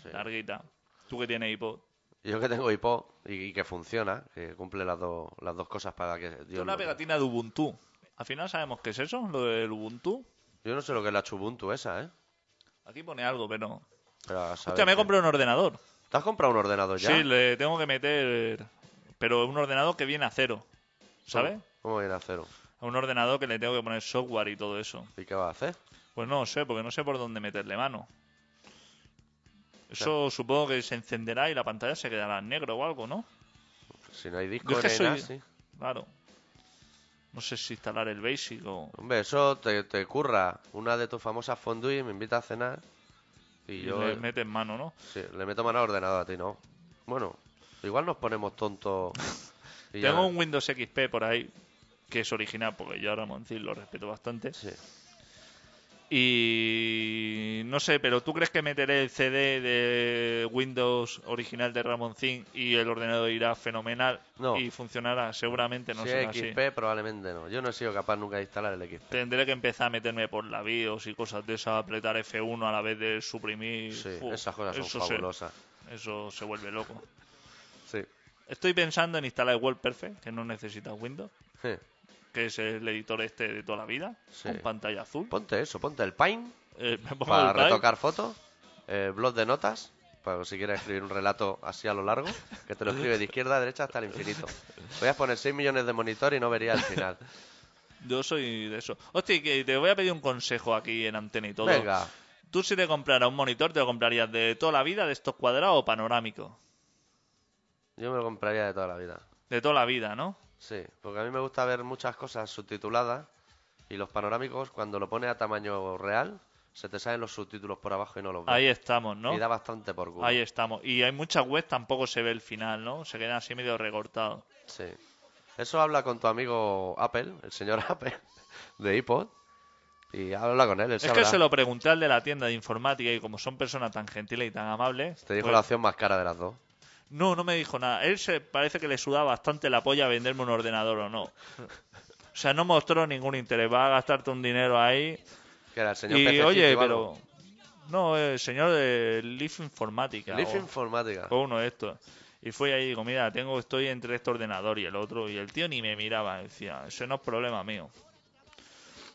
[SPEAKER 2] Sí.
[SPEAKER 3] larguita. Tú que tienes iPod.
[SPEAKER 2] Yo que tengo hipo y, y que funciona, que cumple las, dos las dos cosas para que Dios
[SPEAKER 3] una
[SPEAKER 2] lo-
[SPEAKER 3] pegatina de Ubuntu. Al final sabemos qué es eso, lo del Ubuntu.
[SPEAKER 2] Yo no sé lo que es la Chubuntu esa, ¿eh?
[SPEAKER 3] Aquí pone algo, pero...
[SPEAKER 2] Pero a saber
[SPEAKER 3] Hostia, me he
[SPEAKER 2] qué.
[SPEAKER 3] comprado un ordenador.
[SPEAKER 2] ¿Te has comprado un ordenador Pues ya?
[SPEAKER 3] Sí, le tengo que meter... Pero un ordenador que viene a cero, ¿sabes?
[SPEAKER 2] ¿Cómo viene a cero?
[SPEAKER 3] Un ordenador que le tengo que poner software y todo eso.
[SPEAKER 2] ¿Y qué va a hacer?
[SPEAKER 3] Pues no lo sé, porque no sé por dónde meterle mano. Eso supongo que se encenderá y la pantalla se quedará en negro o algo, ¿no?
[SPEAKER 2] Si no hay disco,
[SPEAKER 3] Yo es que
[SPEAKER 2] ni
[SPEAKER 3] soy-
[SPEAKER 2] nada, sí.
[SPEAKER 3] Claro. No sé si instalar el Basic o...
[SPEAKER 2] Hombre, eso te, te curra una de tus famosas fondue y me invita a cenar. Y
[SPEAKER 3] Y
[SPEAKER 2] yo
[SPEAKER 3] le metes mano, ¿no?
[SPEAKER 2] sí, le meto mano al ordenador a ti, ¿no? Bueno, igual nos ponemos
[SPEAKER 3] [laughs]
[SPEAKER 2] tontos. y ya-
[SPEAKER 3] Tengo un Windows XP por ahí, que es original, porque yo ahora Monzil lo respeto bastante.
[SPEAKER 2] Sí.
[SPEAKER 3] Y no sé, pero ¿tú crees que meteré el CD de Windows original de Ramoncín y el ordenador irá fenomenal
[SPEAKER 2] No.
[SPEAKER 3] y funcionará? Seguramente no
[SPEAKER 2] si
[SPEAKER 3] será
[SPEAKER 2] es
[SPEAKER 3] así.
[SPEAKER 2] XP, probablemente no. Yo no he sido capaz nunca de instalar el XP.
[SPEAKER 3] Tendré que empezar a meterme por la BIOS y cosas de esas, apretar F1 a la vez de suprimir.
[SPEAKER 2] Sí,
[SPEAKER 3] Uf,
[SPEAKER 2] esas cosas
[SPEAKER 3] eso
[SPEAKER 2] son
[SPEAKER 3] se-
[SPEAKER 2] fabulosas.
[SPEAKER 3] eso se vuelve loco.
[SPEAKER 2] Sí.
[SPEAKER 3] Estoy pensando en instalar WordPerfect, que no necesita Windows,
[SPEAKER 2] Je.
[SPEAKER 3] que es el editor este de toda la vida,
[SPEAKER 2] Sí.
[SPEAKER 3] con pantalla azul.
[SPEAKER 2] Ponte eso, ponte el Paint
[SPEAKER 3] Eh, me pongo
[SPEAKER 2] para
[SPEAKER 3] el Paint.
[SPEAKER 2] retocar fotos, eh, blog de notas, para si quieres escribir un relato así a lo largo, que te lo escribe de izquierda a derecha hasta el infinito. Voy a poner 6 millones de monitor y no vería el final.
[SPEAKER 3] Yo soy de eso. Hostia, que te voy a pedir un consejo aquí en antena y [laughs] todo.
[SPEAKER 2] Venga,
[SPEAKER 3] Tú si te compraras un monitor, ¿te lo comprarías de toda la vida, de estos cuadrados o panorámico?
[SPEAKER 2] yo me lo compraría de toda la vida.
[SPEAKER 3] De toda la vida, ¿no?
[SPEAKER 2] Sí, porque a mí me gusta ver muchas cosas subtituladas y los panorámicos, cuando lo pones a tamaño real, se te salen los subtítulos por abajo y no los ves.
[SPEAKER 3] Ahí estamos, ¿no?
[SPEAKER 2] Y da bastante por culo.
[SPEAKER 3] Ahí estamos. Y hay muchas webs tampoco se ve el final, ¿no? Se quedan así medio recortados.
[SPEAKER 2] Sí. Eso habla con tu amigo Apple, el señor [laughs] Apple, de iPod. Y habla con él, él
[SPEAKER 3] Es
[SPEAKER 2] Pues sabrá.
[SPEAKER 3] que se lo pregunté al de la tienda de informática y como son personas tan gentiles y tan amables...
[SPEAKER 2] Te dijo
[SPEAKER 3] pues,
[SPEAKER 2] la opción más cara de las dos.
[SPEAKER 3] No, no me dijo nada. Él se parece que le sudaba bastante la polla venderme un
[SPEAKER 2] [laughs]
[SPEAKER 3] ordenador o no. O sea, no mostró ningún interés. Va a gastarte un dinero ahí.
[SPEAKER 2] Que era el señor
[SPEAKER 3] Y
[SPEAKER 2] pececito
[SPEAKER 3] oye,
[SPEAKER 2] o algo.
[SPEAKER 3] pero... No, el señor de Leaf Informática.
[SPEAKER 2] Leaf
[SPEAKER 3] o-
[SPEAKER 2] Informática.
[SPEAKER 3] o uno de estos. Y fui ahí y digo, mira, tengo, estoy entre este ordenador y el otro. Y el tío ni me miraba. Decía, ese no es problema mío.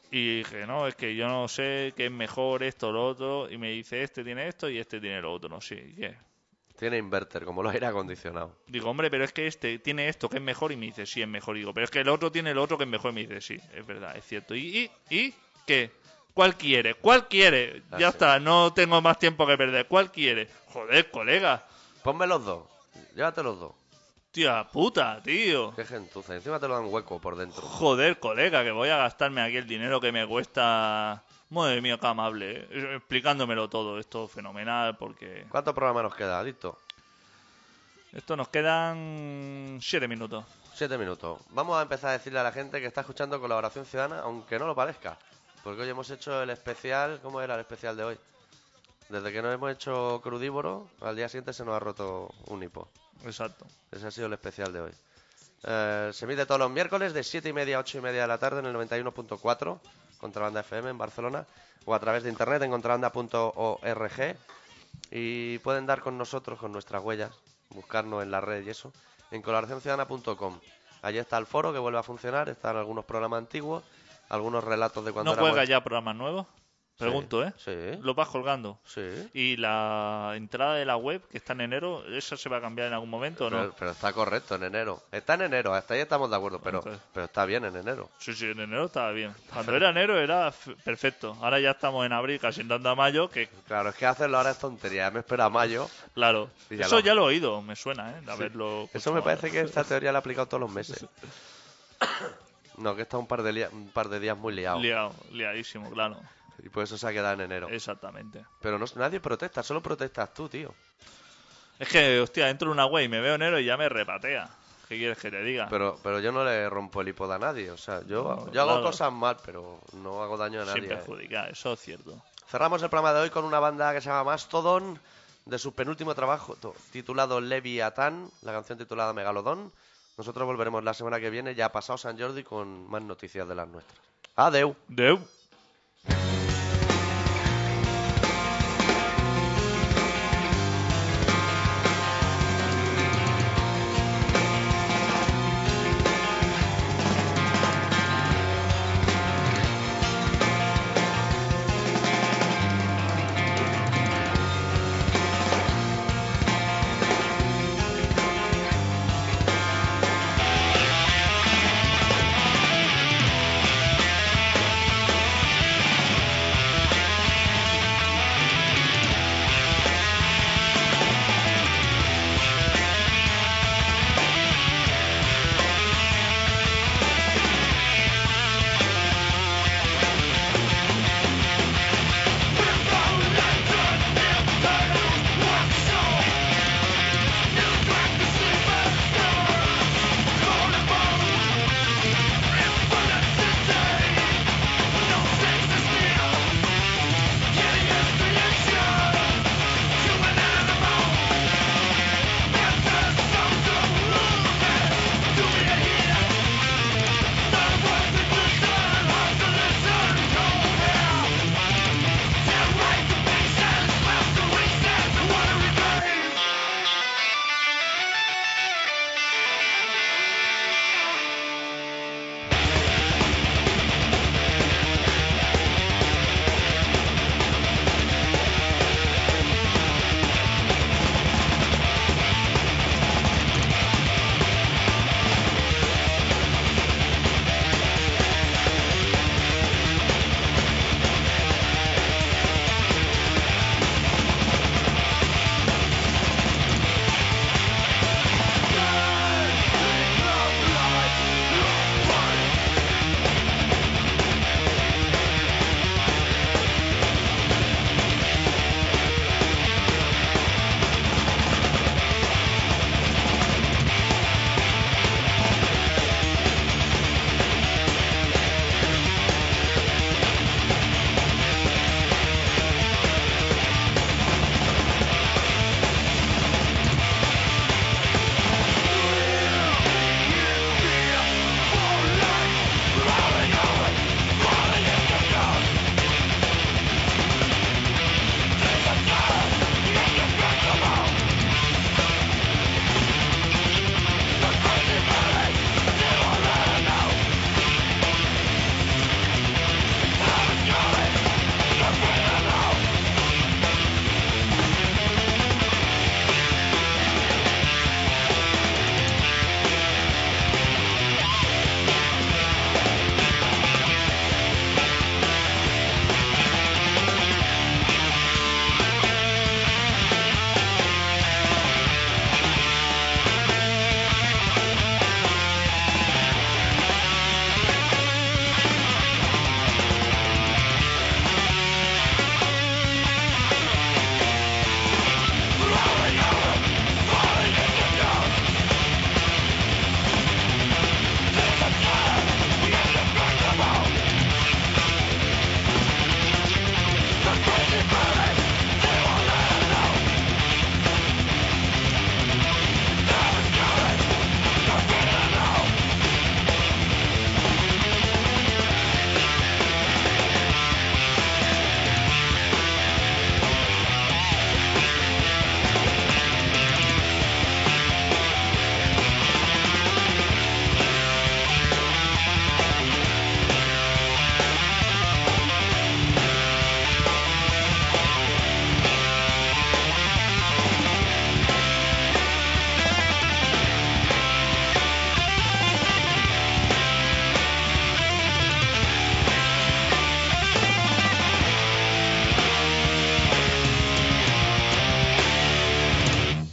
[SPEAKER 3] Y dije, no, es que yo no sé qué es mejor esto o lo otro. Y me dice, este tiene esto y este tiene lo otro. No sé, ¿y ¿qué?
[SPEAKER 2] Tiene inverter, como los aire acondicionado.
[SPEAKER 3] Digo, hombre, pero es que este tiene esto que es mejor y me dice, sí, es mejor. Digo, pero es que el otro tiene el otro que es mejor y me dice, sí, es verdad, es cierto. ¿Y, y, y qué? ¿Cuál quiere? ¿Cuál quiere?
[SPEAKER 2] Ah,
[SPEAKER 3] ya
[SPEAKER 2] sí.
[SPEAKER 3] está, no tengo más tiempo que perder. ¿Cuál quiere? Joder, colega.
[SPEAKER 2] Ponme los dos. Llévate los dos.
[SPEAKER 3] Tía puta, tío.
[SPEAKER 2] Qué gentuza. Encima te lo dan hueco por dentro.
[SPEAKER 3] Joder, colega, que voy a gastarme aquí el dinero que me cuesta. Madre mía, qué amable. eh. Explicándomelo todo, esto es fenomenal, porque.
[SPEAKER 2] ¿Cuántos programas nos queda, Adicto?
[SPEAKER 3] Esto nos quedan. siete minutos.
[SPEAKER 2] Siete minutos. Vamos a empezar a decirle a la gente que está escuchando Colaboración Ciudadana, aunque no lo parezca. Porque hoy hemos hecho el especial. ¿Cómo era el especial de hoy? Desde que no hemos hecho crudívoro, al día siguiente se nos ha roto un hipo.
[SPEAKER 3] Exacto.
[SPEAKER 2] Ese ha sido el especial de hoy. Eh, se emite todos los miércoles de 7 y media a 8 y media de la tarde en el 91.4, Contrabanda FM en Barcelona, o a través de internet en contrabanda.org. Y pueden dar con nosotros, con nuestras huellas, buscarnos en la red y eso, en colaboracionciudadana.com. Allí está el foro que vuelve a funcionar, están algunos programas antiguos, algunos relatos de cuando
[SPEAKER 3] ¿No
[SPEAKER 2] éramos-
[SPEAKER 3] cuelga ya programas nuevos?
[SPEAKER 2] Sí,
[SPEAKER 3] Pregunto, ¿eh?
[SPEAKER 2] Sí.
[SPEAKER 3] Los vas colgando.
[SPEAKER 2] Sí.
[SPEAKER 3] ¿Y la entrada de la web, que está en enero, eso se va a cambiar en algún momento o no?
[SPEAKER 2] Pero, pero está correcto, en enero. Está en enero, hasta ahí estamos de acuerdo, pero,
[SPEAKER 3] Entonces-
[SPEAKER 2] pero está bien en enero.
[SPEAKER 3] Sí, sí, en enero estaba bien. Cuando era enero era f- perfecto. Ahora ya estamos en abril, casi entrando a mayo, que
[SPEAKER 2] Claro, es que hacerlo ahora es tontería. Me espera mayo.
[SPEAKER 3] claro.
[SPEAKER 2] Sí, ya
[SPEAKER 3] Eso
[SPEAKER 2] lo-
[SPEAKER 3] ya lo he oído, me suena, ¿eh? De haberlo
[SPEAKER 2] Eso me
[SPEAKER 3] escuchado. [coughs]
[SPEAKER 2] parece que esta teoría la he aplicado todos los meses. No, que está un par de, lia- un par de días muy liado.
[SPEAKER 3] Liado, liadísimo, claro.
[SPEAKER 2] Y por eso se ha quedado en enero.
[SPEAKER 3] Exactamente.
[SPEAKER 2] Pero no, nadie protesta, solo protestas tú, tío.
[SPEAKER 3] Es que, hostia, entro en una web y me veo enero y ya me repatea. ¿Qué quieres que te diga?
[SPEAKER 2] Pero, pero yo no le rompo el hipoda a nadie. O sea, yo,
[SPEAKER 3] Ah. No,
[SPEAKER 2] yo hago
[SPEAKER 3] claro.
[SPEAKER 2] cosas mal, pero no hago daño a
[SPEAKER 3] Sin
[SPEAKER 2] nadie. eh.
[SPEAKER 3] perjudicar, eso es cierto.
[SPEAKER 2] Cerramos el programa de hoy con una banda que se llama Mastodon, de su penúltimo trabajo to- titulado Leviatán, la canción titulada Megalodón. Nosotros volveremos la semana que viene, ya pasado San Jordi, con más noticias de las nuestras. Adeu.
[SPEAKER 3] Deu.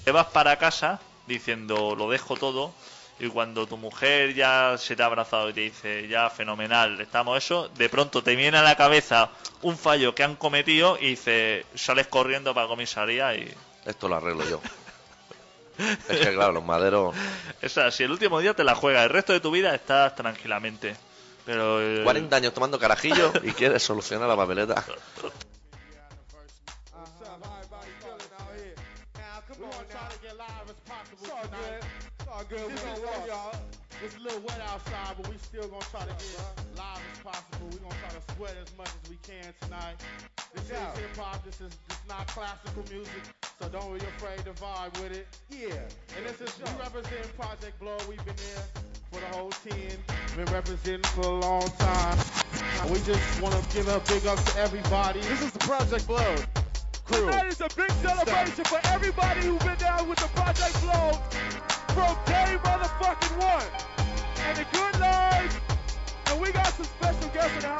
[SPEAKER 3] Te vas para casa diciendo, lo dejo todo, Y cuando tu mujer ya se te ha abrazado y te dice, ya fenomenal, estamos eso, de pronto te viene a la cabeza un fallo que han cometido y dices, sales corriendo para comisaría y
[SPEAKER 2] Esto lo arreglo yo. es que claro, los
[SPEAKER 3] [laughs]
[SPEAKER 2] maderos.
[SPEAKER 3] Es así, el último día te la juegas, el resto de tu vida estás tranquilamente. Pero. eh,
[SPEAKER 2] 40 años tomando [laughs] carajillo y quieres solucionar la papeleta.
[SPEAKER 6] Tonight is a big celebration for everybody who's been down with the Project Flow from day motherfucking one. And the good life. And we got some special guests in the house.